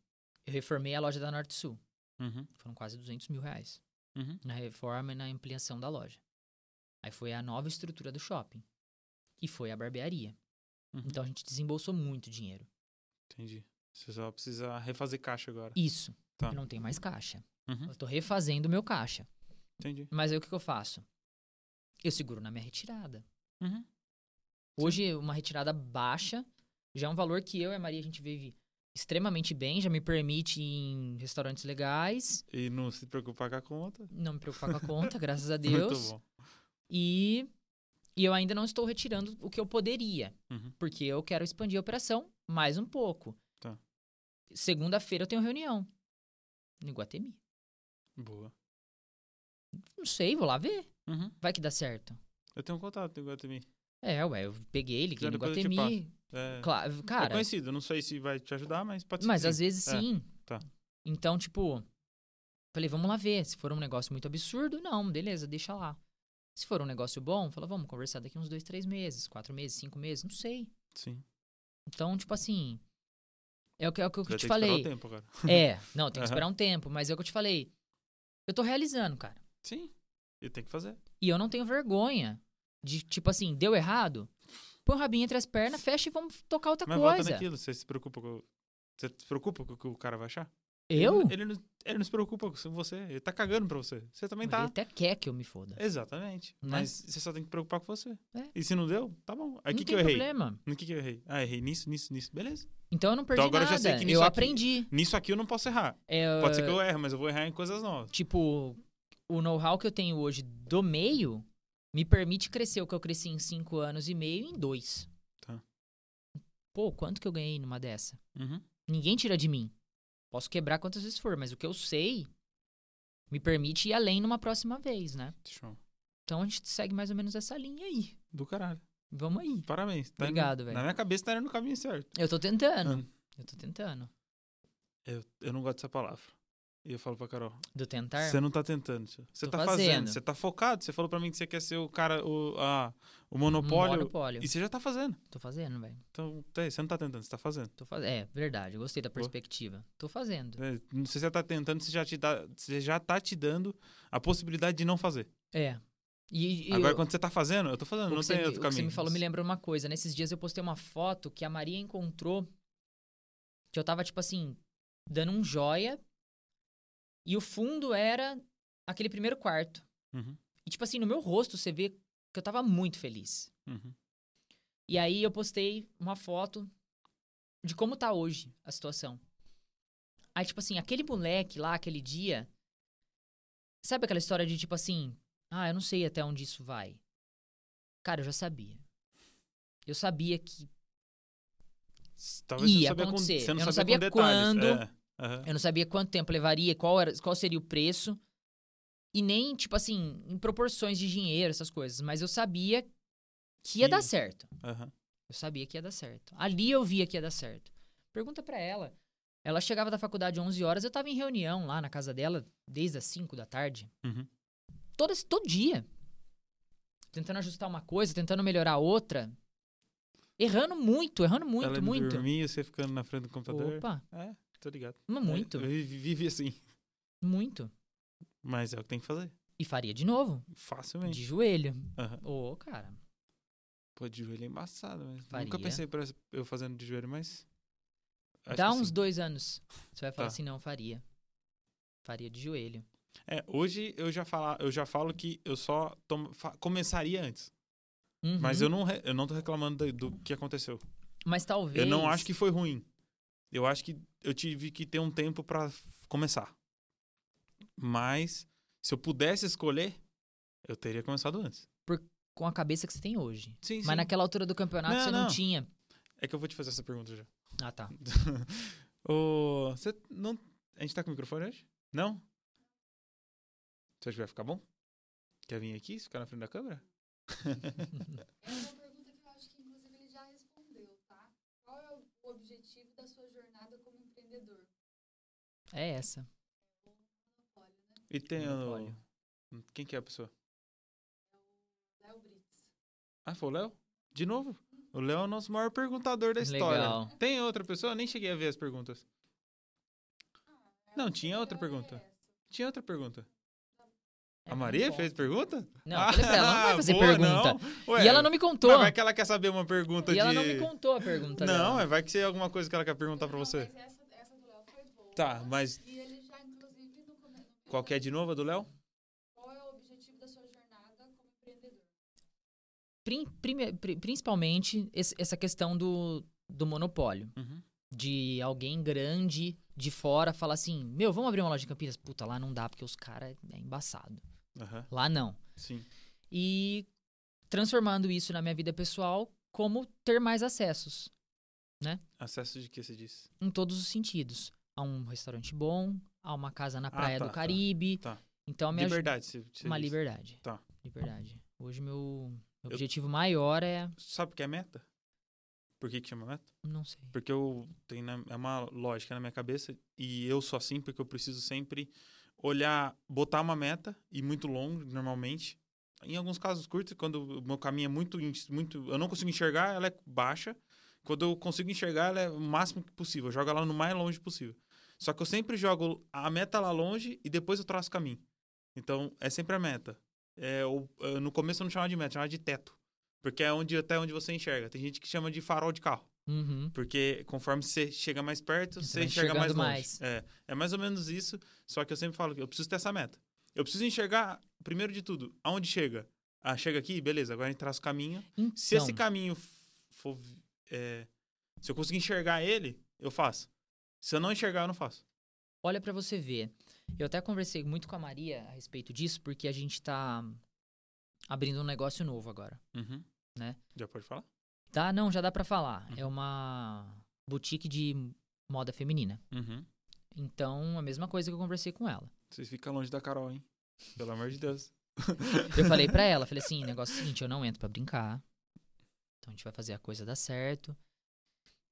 eu reformei a loja da Norte Sul. Uhum. Foram quase 200 mil reais. Uhum. Na reforma e na ampliação da loja. Aí foi a nova estrutura do shopping. E foi a barbearia. Uhum. Então a gente desembolsou muito dinheiro. Entendi. Você só precisa refazer caixa agora. Isso. Tá. Eu não tenho mais caixa. Uhum. Eu tô refazendo o meu caixa. Entendi. Mas aí o que, que eu faço? Eu seguro na minha retirada. Uhum. Hoje, uma retirada baixa já é um valor que eu e a Maria a gente vive extremamente bem, já me permite ir em restaurantes legais, E não se preocupar com a conta. não me preocupar com a conta, graças a Deus. Muito bom. E, e eu ainda não estou retirando o que eu poderia, Uhum. porque eu quero expandir a operação mais um pouco. Tá. Segunda-feira eu tenho reunião no Iguatemi. Boa. Não sei, vou lá ver. Uhum. Vai que dá certo. Eu tenho um contato do Guatemi. É, ué, eu peguei, liguei Já no depois eu te Guatemi. É, Claro, é cara, conhecido, não sei se vai te ajudar, mas pode ser. mas que às sim. vezes É, sim. tá. Então, tipo, falei, vamos lá ver. Se for um negócio muito absurdo, não, beleza, deixa lá. Se for um negócio bom, fala, vamos conversar daqui uns dois, três meses, quatro meses, cinco meses, não sei. Sim. Então, tipo assim, é o que, é o que eu Vai ter te esperar falei. o tempo agora. É, não, tem que Aham. esperar um tempo, mas é o que eu te falei. Eu tô realizando, cara. Sim. E tem que fazer. E eu não tenho vergonha de, tipo assim, deu errado? Põe o rabinho entre as pernas, fecha e vamos tocar outra mas volta coisa. naquilo, você se preocupa com. Você se preocupa com o que o cara vai achar? Eu? Ele, não, ele não se preocupa com você. Ele tá cagando pra você. Você também Ele tá. até quer que eu me foda. É, Exatamente. Né? Mas você só tem que preocupar com você. É. E se não deu, tá bom. Aí o não que, que tem eu errei? problema. No que, que eu errei? Ah, errei nisso, nisso, nisso. Beleza. Então eu não perdi agora eu nada. já sei que nisso eu aqui- aprendi. Nisso aqui eu não posso errar. É, Pode ser que eu erre, mas eu vou errar em coisas novas. Tipo, o know-how que eu tenho hoje do meio me permite crescer o que eu cresci em cinco anos e meio em dois. Tá. Pô, quanto que eu ganhei numa dessa? Uhum. Ninguém tira de mim. Posso quebrar quantas vezes for, mas o que eu sei me permite ir além numa próxima vez, né? Show. Então a gente segue mais ou menos essa linha aí. Do caralho. Vamos aí. Parabéns. Tá indo- Obrigado, velho. Ah, Na minha cabeça tá indo no caminho certo. Eu tô tentando. Ah. Eu tô tentando. Eu, eu não gosto dessa palavra. E eu falo pra Carol, Do tentar. você não tá tentando, tio. você Tô tá fazendo, fazendo. você tá focado, você falou pra mim que você quer ser o cara, o, a, o monopólio, Monopólio. e você já tá fazendo. Tô fazendo, velho. Então, tá aí, você não tá tentando, você tá fazendo. Tô faz... É, verdade. Eu gostei da Boa. perspectiva. Tô fazendo. É, não sei se você tá tentando, você já, te dá, você já tá te dando a possibilidade de não fazer. É. E, e Agora, eu- quando você tá fazendo, eu tô fazendo, o, não que você, tem me- outro o que você caminho. me falou me lembrou uma coisa. Nesses dias eu postei uma foto que a Maria encontrou que eu tava, tipo assim, dando um joia e o fundo era aquele primeiro quarto. Uhum, E, tipo assim, no meu rosto você vê que eu tava muito feliz. uhum. E aí eu postei uma foto de como tá hoje a situação. Aí, tipo assim, aquele moleque lá, aquele dia. Sabe aquela história de tipo assim, ah, eu não sei até onde isso vai? Cara, eu já sabia. Eu sabia que. Talvez você não Ia sabia com, acontecer. você não Eu não sabia sabia com detalhes. quando. É, aham. Eu não sabia quanto tempo levaria, qual, era, qual seria o preço. E nem, tipo assim, em proporções de dinheiro, essas coisas. Mas eu sabia que ia Sim. dar certo. Aham. Eu sabia que ia dar certo. Ali eu via que ia dar certo. Pergunta pra ela. Ela chegava da faculdade 11 horas, eu tava em reunião lá na casa dela desde as 5 da tarde. Uhum. Todo, esse- todo dia. Tentando ajustar uma coisa, tentando melhorar outra. Errando muito, errando muito, Ela indo muito. dormir, você ficando na frente do computador. Opa, É, tô ligado. mas muito, É, Eu vi- vivi assim. muito. Mas é o que tem que fazer. E faria de novo, Facilmente. de joelho. Aham. Ô, cara, Pô, de joelho é embaçado. Mas nunca Faria. pensei pra eu fazendo de joelho, mas. acho dá que uns sim. dois anos. Você vai falar Tá. assim, não, faria. Faria de joelho. É, hoje eu já, fala, eu já falo que eu só tomo- fa- começaria antes. Mas Uhum. eu não, re- eu não tô reclamando do, do que aconteceu. Mas talvez... Eu não acho que foi ruim. Eu acho que eu tive que ter um tempo pra f- começar. Mas se eu pudesse escolher, eu teria começado antes. Com a cabeça que você tem hoje. Sim, Mas naquela altura do campeonato Não, você não, não. tinha. É que eu vou te fazer essa pergunta já. Ah, tá. Ô, você não... A gente tá com o microfone hoje? Não? Você acha que vai ficar bom? Quer vir aqui, ficar na frente da câmera? É uma pergunta que eu acho que, inclusive, ele já respondeu, tá? Qual é o objetivo da sua jornada como empreendedor? É essa. Olha, né? E tem o... Monopólio. Quem que é a pessoa? É Léo Brits. Ah, foi o Léo? De novo? O Léo é o nosso maior perguntador da história. Legal. Tem outra pessoa? Eu nem cheguei a ver as perguntas. Ah, Não, tinha outra pergunta. Tinha outra pergunta. É a Maria muito fez pergunta? Ah, bom. Não, eu falei pra ela, ela não vai fazer boa, pergunta. não. Ué, e ela não me contou. mas Vai que ela quer saber uma pergunta E de... ela não me né? contou a pergunta Não, dela. é, vai que é alguma coisa que ela quer perguntar pra você. Mas essa, essa do Léo foi boa. Tá, mas E ele já, inclusive, no começo. qual que é de novo a do Léo? Qual é o objetivo da sua jornada como empreendedor? Prin- prime- pri- principalmente esse- essa questão do, do monopólio. Uhum. De alguém grande de fora falar assim: Meu, vamos abrir uma loja em Campinas? Puta, lá não dá porque os caras é embaçado. Aham, Lá não. sim. E transformando isso na minha vida pessoal, como ter mais acessos. Acesso de que você disse? em todos os sentidos. A um restaurante bom, a uma casa na praia tá, do tá. Caribe. Tá. Então, me ajuda Liberdade. Você, você uma disse. liberdade. Tá. Liberdade. Hoje, meu, meu objetivo maior é. Sabe o que é meta? Por que, que chama meta? Não sei. Porque eu tenho na- é uma lógica na minha cabeça e eu sou assim porque eu preciso sempre olhar, botar uma meta e muito longo normalmente. Em alguns casos curtos, quando o meu caminho é muito ins- muito, eu não consigo enxergar, ela é baixa. Quando eu consigo enxergar, ela é o máximo que possível. Eu jogo ela no mais longe possível. Só que eu sempre jogo a meta lá longe e depois eu traço o caminho. Então, é sempre a meta. É, o- eh, no começo eu não chamava de meta, eu chamava de teto. Porque é onde, até onde você enxerga. Tem gente que chama de farol de carro. Uhum. Porque conforme você chega mais perto, Você você vai enxerga mais enxergando longe. mais. É, é mais ou menos isso, só que eu sempre falo que eu preciso ter essa meta. Eu preciso enxergar, primeiro de tudo, aonde chega. Ah, chega aqui, beleza, agora a gente traça o caminho. Então, Se esse caminho f- for... vi- é, se eu conseguir enxergar ele, eu faço. Se eu não enxergar, eu não faço. olha pra você ver. Eu até conversei muito com a Maria a respeito disso, porque a gente tá abrindo um negócio novo agora. Né? Já pode falar? Tá? Não, já dá pra falar. Uhum. É uma boutique de moda feminina. Então, a mesma coisa que eu conversei com ela. Vocês ficam longe da Carol, hein? Pelo amor de Deus. Eu falei pra ela, falei assim, negócio é o seguinte, eu não entro pra brincar. Então a gente vai fazer a coisa dar certo.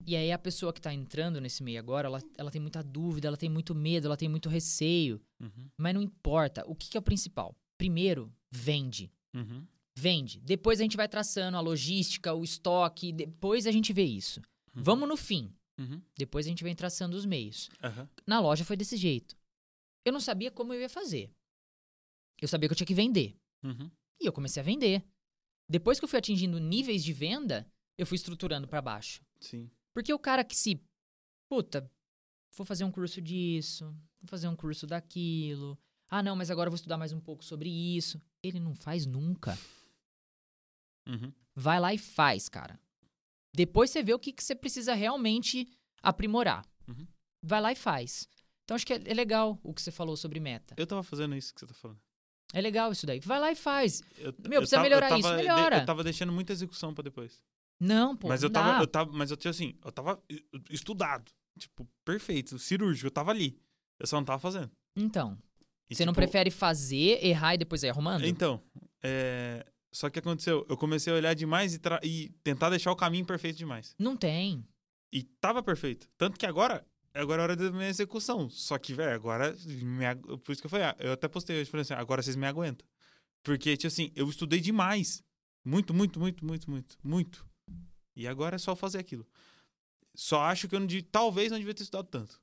E aí a pessoa que tá entrando nesse meio agora, ela, ela tem muita dúvida, ela tem muito medo, ela tem muito receio. Uhum, Mas não importa. O que, que é o principal? Primeiro, vende. uhum, Vende. Depois a gente vai traçando a logística, o estoque. Depois a gente vê isso. Vamos no fim. Uhum. Depois a gente vem traçando os meios Aham. na loja foi desse jeito. Eu não sabia como eu ia fazer. Eu sabia que eu tinha que vender. Uhum. E eu comecei a vender. Depois que eu fui atingindo níveis de venda, eu fui estruturando pra baixo. Sim. Porque o cara que se. Puta, vou fazer um curso disso, vou fazer um curso daquilo. Ah, não, mas agora eu vou estudar mais um pouco sobre isso. Ele não faz nunca. Uhum. Vai lá e faz, cara. Depois você vê o que, que você precisa realmente aprimorar. Uhum. Vai lá e faz. Então acho que é é legal o que você falou sobre meta. Eu tava fazendo isso que você tá falando. É legal isso daí. Vai lá e faz. Eu, Meu, precisa tava- melhorar tava isso, de- melhora. eu tava deixando muita execução pra depois. Não, pô. mas não eu tava, dá. eu tava, mas eu tinha assim, eu tava e- estudado, tipo, perfeito, cirúrgico, eu tava ali. Eu só não tava fazendo. Então, E, você não tipo, prefere fazer, errar e depois ir arrumando? Então, é, só que aconteceu, eu comecei a olhar demais e, tra- e tentar deixar o caminho perfeito demais. Não tem. E tava perfeito. Tanto que agora, agora é hora da minha execução. Só que, velho, agora, me agu- por isso que eu falei, ah, eu até postei hoje, falei assim, agora vocês me aguentam. Porque, tipo assim, eu estudei demais. Muito, muito, muito, muito, muito, muito. E agora é só fazer aquilo. Só acho que eu não devia, talvez não devia ter estudado tanto.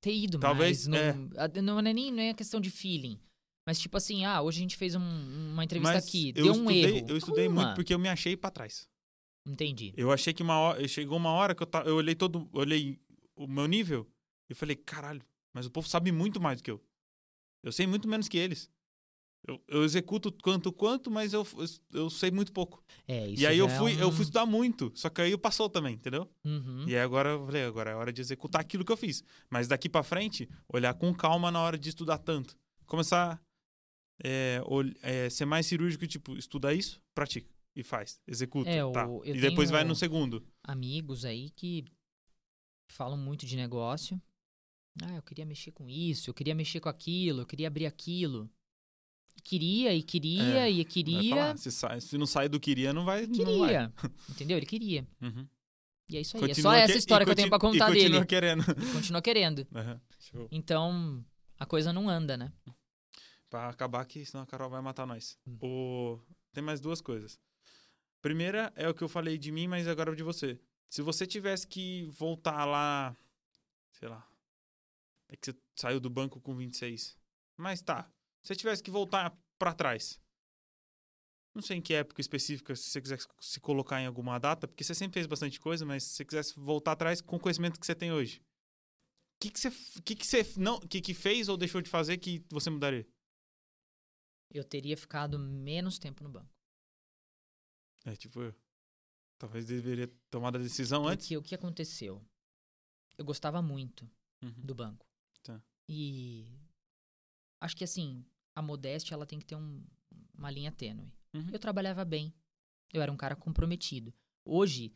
Ter ido Talvez, mais. Não, a- não é nem não é questão de feeling. Mas tipo assim, ah, hoje a gente fez um- uma entrevista Mas aqui, eu deu um estudei, erro. eu estudei Arruma. muito porque eu me achei pra trás. Entendi. Eu achei que uma hora, chegou uma hora que eu, ta- eu olhei todo, eu olhei o meu nível e falei, caralho, mas o povo sabe muito mais do que eu. Eu sei muito menos que eles. Eu, eu executo quanto quanto, mas eu, eu, eu sei muito pouco. É, isso e aí eu já é fui, eu um- fui estudar muito, só que aí eu passou também, entendeu? Uhum. E aí agora eu falei, agora é hora de executar aquilo que eu fiz. Mas daqui pra frente, olhar com calma na hora de estudar tanto. Começar é, ol- é, ser mais cirúrgico, tipo, estuda isso, pratica e faz, executa, É, tá? o- eu E depois vai tenho- no segundo. amigos aí que falam muito de negócio. Ah, eu queria mexer com isso, eu queria mexer com aquilo, eu queria abrir aquilo. Queria e queria É, e Vai queria. falar, Se, sai- se não sai do queria, não vai. Não vai. Queria. Entendeu? Ele queria. Uhum. E é isso aí. Continua é só que- essa história e que eu tenho pra conti- contar e continua dele. querendo. E Continua querendo. Aham, show. Então, a coisa não anda, né? Pra acabar aqui, senão a Carol vai matar nós. O... Tem mais duas coisas. Primeira é o que eu falei de mim, mas agora de você. Se você tivesse que voltar lá, sei lá, é que você saiu do banco com 26. Mas tá, se você tivesse que voltar pra trás, não sei em que época específica, se você quiser se colocar em alguma data, porque você sempre fez bastante coisa, mas se você quisesse voltar atrás com o conhecimento que você tem hoje, o que, que você, que que você não, que, que fez ou deixou de fazer que você mudaria? Eu teria ficado menos tempo no banco. É, tipo, eu. Talvez deveria ter tomado a decisão antes. Porque o que aconteceu? Eu gostava muito. Uhum. do banco. Tá. E acho que assim, a modéstia ela tem que ter um- uma linha tênue. Uhum. Eu trabalhava bem, eu era um cara comprometido. Hoje,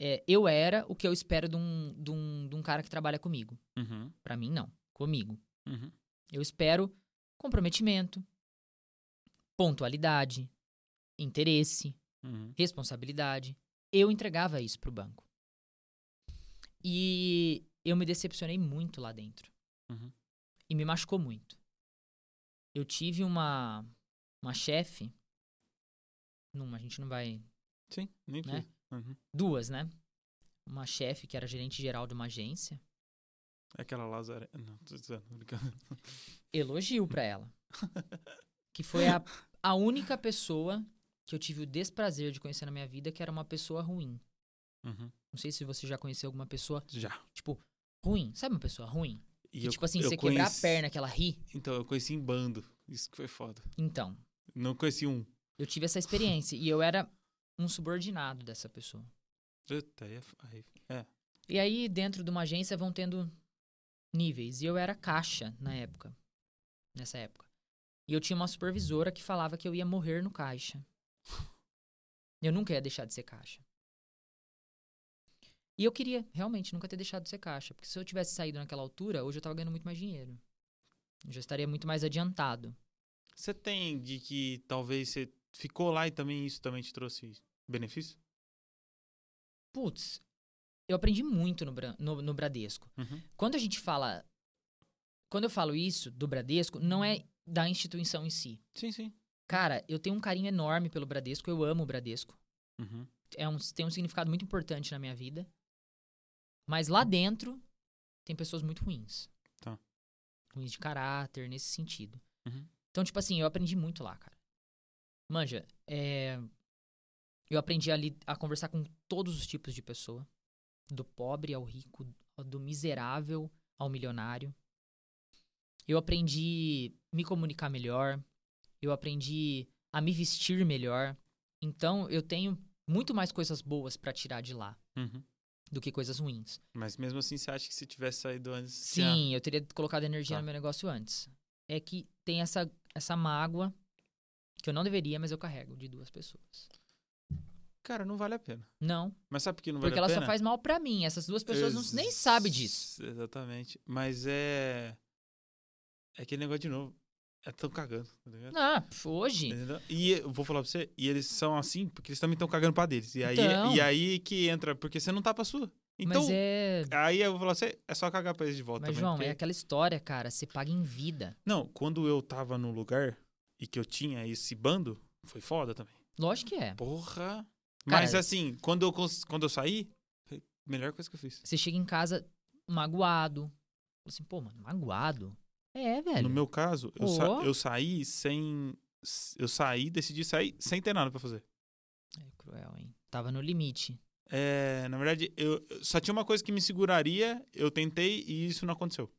é, eu era o que eu espero de um, de um, de um cara que trabalha comigo. Uhum. Pra mim, não. Comigo. Uhum. Eu espero comprometimento, pontualidade, interesse, Uhum. responsabilidade. Eu entregava isso pro banco. E eu me decepcionei muito lá dentro. Uhum. E me machucou muito. Eu tive uma uma chefe não, a gente não vai, Sim, nem Né? precisa. Uhum. duas, né? Uma chefe que era gerente geral de uma agência, É aquela Lazare. Não, tô dizendo, tô brincando. elogio pra ela. que foi a, a única pessoa que eu tive o desprazer de conhecer na minha vida que era uma pessoa ruim. Uhum. Não sei se você já conheceu alguma pessoa Já. tipo ruim, sabe uma pessoa ruim? E Que, eu- tipo assim, eu você quebrar a conheci- perna que ela ri. Então, eu conheci em bando. Isso que foi foda. Então, Não conheci um. eu tive essa experiência e eu era um subordinado dessa pessoa. Eita, aí é. f- aí- É. E aí, dentro de uma agência, vão tendo níveis. E eu era caixa na época. Nessa época. E eu tinha uma supervisora que falava que eu ia morrer no caixa. Eu nunca ia deixar de ser caixa. E eu queria, realmente, nunca ter deixado de ser caixa. Porque se eu tivesse saído naquela altura, hoje eu tava ganhando muito mais dinheiro. Eu já estaria muito mais adiantado. Você tem de que talvez você ficou lá e também isso também te trouxe benefício? Putz, eu aprendi muito no, Bra- no, no Bradesco. Uhum. Quando a gente fala. Quando eu falo isso do Bradesco, não é da instituição em si. Sim, sim. Cara, eu tenho um carinho enorme pelo Bradesco, eu amo o Bradesco. Uhum. É um, tem um significado muito importante na minha vida. Mas lá dentro, tem pessoas muito ruins. Tá. Ruins de caráter, nesse sentido. Uhum. Então, tipo assim, eu aprendi muito lá, cara. Manja, é, eu aprendi a, li- a conversar com todos os tipos de pessoa. Do pobre ao rico, do miserável ao milionário. Eu aprendi me comunicar melhor. Eu aprendi a me vestir melhor. Então, eu tenho muito mais coisas boas pra tirar de lá Uhum. do que coisas ruins. Mas mesmo assim, você acha que se tivesse saído antes. você ia- Sim, eu teria colocado energia Tá. no meu negócio antes. É que tem essa, essa mágoa que eu não deveria, mas eu carrego de duas pessoas. Cara, não vale a pena. Não, Mas sabe por que não vale porque a ela pena? só faz mal pra mim. Essas duas pessoas Ex- não, nem sabem disso. Exatamente. Mas é. É aquele negócio de novo. É tão cagando, tá ligado? Ah, pf, hoje. Entendeu? E eu vou falar pra você, e eles são assim porque eles também estão cagando pra deles. E aí, Então. e aí que entra, porque você não tá pra sua. Então, mas é. aí eu vou falar pra você, é só cagar pra eles de volta Mas, também. João, porque- é aquela história, cara. Você paga em vida. Não, quando eu tava no lugar e que eu tinha esse bando, foi foda também. Lógico que é. Porra! Mas assim, quando eu, cons- quando eu saí, foi a melhor coisa que eu fiz. Você chega em casa magoado. Fala Assim, pô, mano, magoado? É, velho. No meu caso, eu, sa- Ô. eu saí sem. Eu saí, decidi sair sem ter nada pra fazer. É cruel, hein? Tava no limite. É, na verdade, eu eu só tinha uma coisa que me seguraria, eu tentei e isso não aconteceu.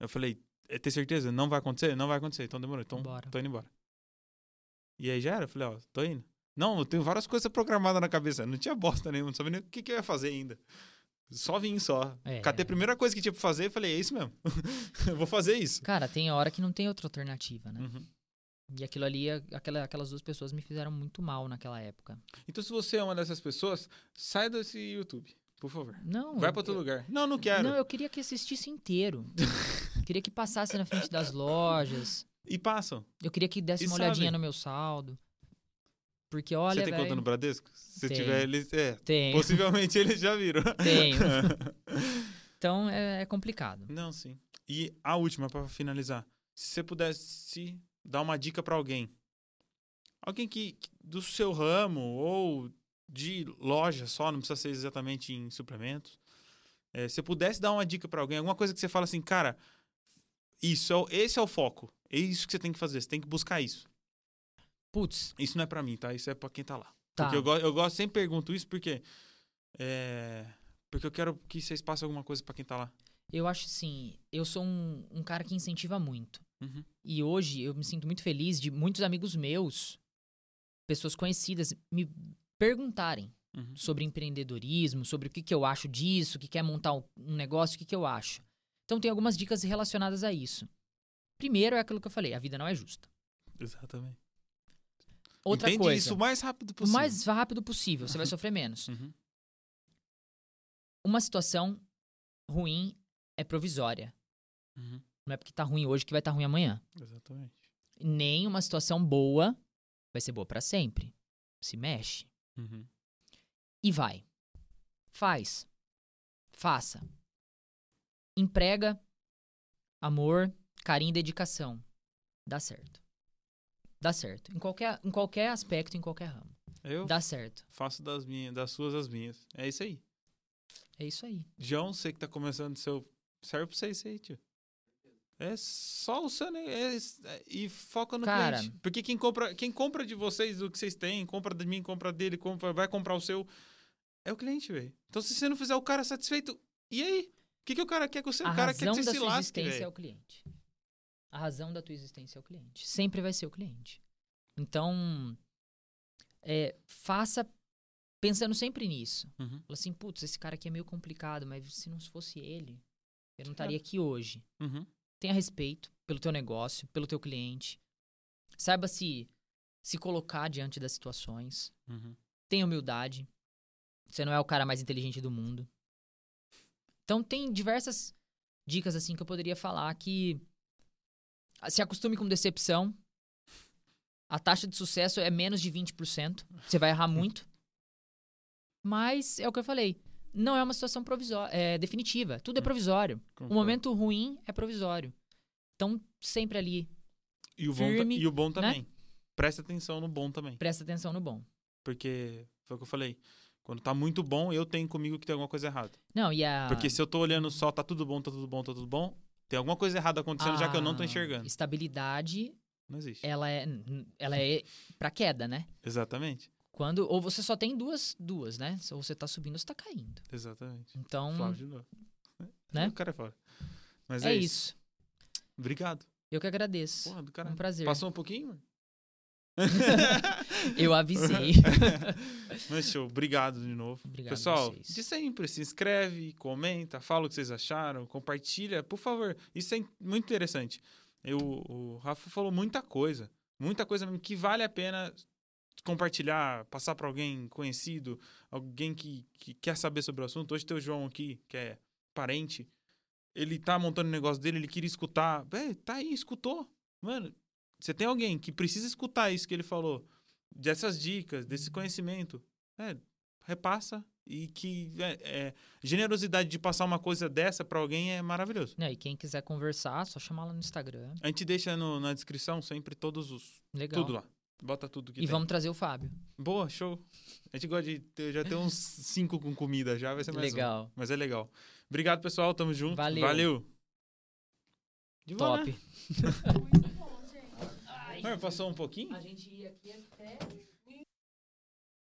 Eu falei, é ter certeza? Não vai acontecer? Não vai acontecer. Então demorou. Então Bora. tô indo embora. E aí já era, eu falei, ó, tô indo. Não, eu tenho várias coisas programadas na cabeça. Não tinha bosta nenhuma, não sabia nem o que, que eu ia fazer ainda. Só vim só. É. Catei a primeira coisa que tinha pra fazer e falei, é isso mesmo. eu vou fazer isso. Cara, tem hora que não tem outra alternativa, né? Uhum. E aquilo ali, a- aquela- aquelas duas pessoas me fizeram muito mal naquela época. Então, se você é uma dessas pessoas, sai desse YouTube, por favor. Não. Vai eu- pra outro eu- lugar. Não, não quero. Não, eu queria que assistisse inteiro. Eu queria que passasse na frente das lojas. E passam. Eu queria que desse E uma olhadinha sabe? no meu saldo. Porque, olha, Você tem velho, conta no Bradesco? Se Tem. tiver, eles. É. Tenho, Possivelmente eles já viram. tenho. Então, é, é complicado. Não, sim. E a última, pra finalizar. Se você pudesse dar uma dica pra alguém. Alguém que, que- do seu ramo ou de loja só, não precisa ser exatamente em suplementos. É, se você pudesse dar uma dica pra alguém, alguma coisa que você fala assim, cara, isso é, o- esse é o foco. É isso que você tem que fazer, você tem que buscar isso. Putz, Isso não é pra mim, tá? Isso é pra quem tá lá. tá. Porque eu, go eu gosto, sempre pergunto isso porque. É, porque eu quero que vocês passem alguma coisa pra quem tá lá. Eu acho assim, eu sou um, um cara que incentiva muito. Uhum. E hoje eu me sinto muito feliz de muitos amigos meus, pessoas conhecidas, me perguntarem Uhum. sobre empreendedorismo, sobre o que, que eu acho disso, o que quer montar um um negócio, o que, que eu acho. Então tem algumas dicas relacionadas a isso. Primeiro é aquilo que eu falei, a vida não é justa. Exatamente. Outra Entende coisa, isso o mais rápido o possível. mais rápido possível, você vai sofrer menos. Uhum. Uma situação ruim é provisória. Uhum. Não é porque tá ruim hoje que vai estar ruim amanhã. Exatamente. nem uma situação boa vai ser boa pra sempre. Se mexe Uhum. e vai. Faz. Faça. Emprega amor, carinho e dedicação. Dá certo. Dá certo. Em qualquer, em qualquer aspecto, em qualquer ramo. Eu Dá certo. faço das minhas, das suas as minhas. É isso aí. É isso aí. João, você que tá começando seu. Serve pra vocês aí, tio. É só o seu. ne- é- é- e foca no Cara. cliente. Porque quem compra, quem compra de vocês o que vocês têm, compra de mim, compra dele, compra, vai comprar o seu. É o cliente, velho. Então, se você não fizer o cara satisfeito, e aí? O que, que o cara quer com você? A o um cara quer razão que da você se sua lasque, existência é velho. o cliente. A razão da tua existência é o cliente. Sempre vai ser o cliente. Então, é, faça pensando sempre nisso. Uhum. Fala assim, putz, esse cara aqui é meio complicado, mas se não fosse ele, eu não Claro. estaria aqui hoje. Uhum. Tenha respeito pelo teu negócio, pelo teu cliente. Saiba se se colocar diante das situações. Uhum. Tenha humildade. Você não é o cara mais inteligente do mundo. Então tem diversas dicas assim que eu poderia falar que ah, se acostume com decepção. A taxa de sucesso é menos de 20%. Você vai errar muito. Mas é o que eu falei. Não é uma situação provisória, é definitiva. Tudo é Hum. provisório. O Concordo. momento ruim é provisório. Então, sempre ali, e o bom, ta- firme, né? e o bom também. Presta atenção no bom também. presta atenção no bom. Porque foi o que eu falei. Quando tá muito bom, eu tenho comigo que tem alguma coisa errada. Não, e a. Porque se eu tô olhando só, tá tudo bom, tá tudo bom, tá tudo bom, tem alguma coisa errada acontecendo já que eu não tô a enxergando. Estabilidade, Não existe. ela Ah. é, ela é pra queda, né? Exatamente. Quando, ou você só tem duas, duas, né? Ou você tá subindo ou você tá caindo. Exatamente. Então, Flávio de novo. né? O cara é fora. Mas é, é isso. isso. Obrigado. Eu que agradeço. Porra do Foi um caralho. prazer. Passou um pouquinho? mano? Eu avisei. Mas show, obrigado de novo. Obrigado a Uhum. Pessoal, vocês. de sempre, se inscreve, comenta, fala o que vocês acharam, compartilha, por favor. Isso é in- muito interessante. Eu, o Rafa falou muita coisa, muita coisa mesmo que vale a pena compartilhar, passar para alguém conhecido, alguém que, que quer saber sobre o assunto. Hoje tem o João aqui, que é parente, ele tá montando o negócio dele, ele queria escutar. Véi, tá aí, escutou. Mano, você tem alguém que precisa escutar isso que ele falou, dessas dicas, Uhum. desse conhecimento. É, repassa. E que é, é, generosidade de passar uma coisa dessa para alguém é maravilhoso. Né, e quem quiser conversar, só chamar lá no Instagram. A gente deixa no- na descrição sempre todos os. Legal. Tudo lá. Bota tudo que e tem. vamos trazer o Fábio. Boa, show. A gente gosta de ter, já ter uns cinco com comida já, vai ser mais um. Legal. Mas é legal. Obrigado, pessoal. Tamo junto. Valeu. Valeu. De boa, Top. né? Ah, passou um pouquinho? gente ia aqui até.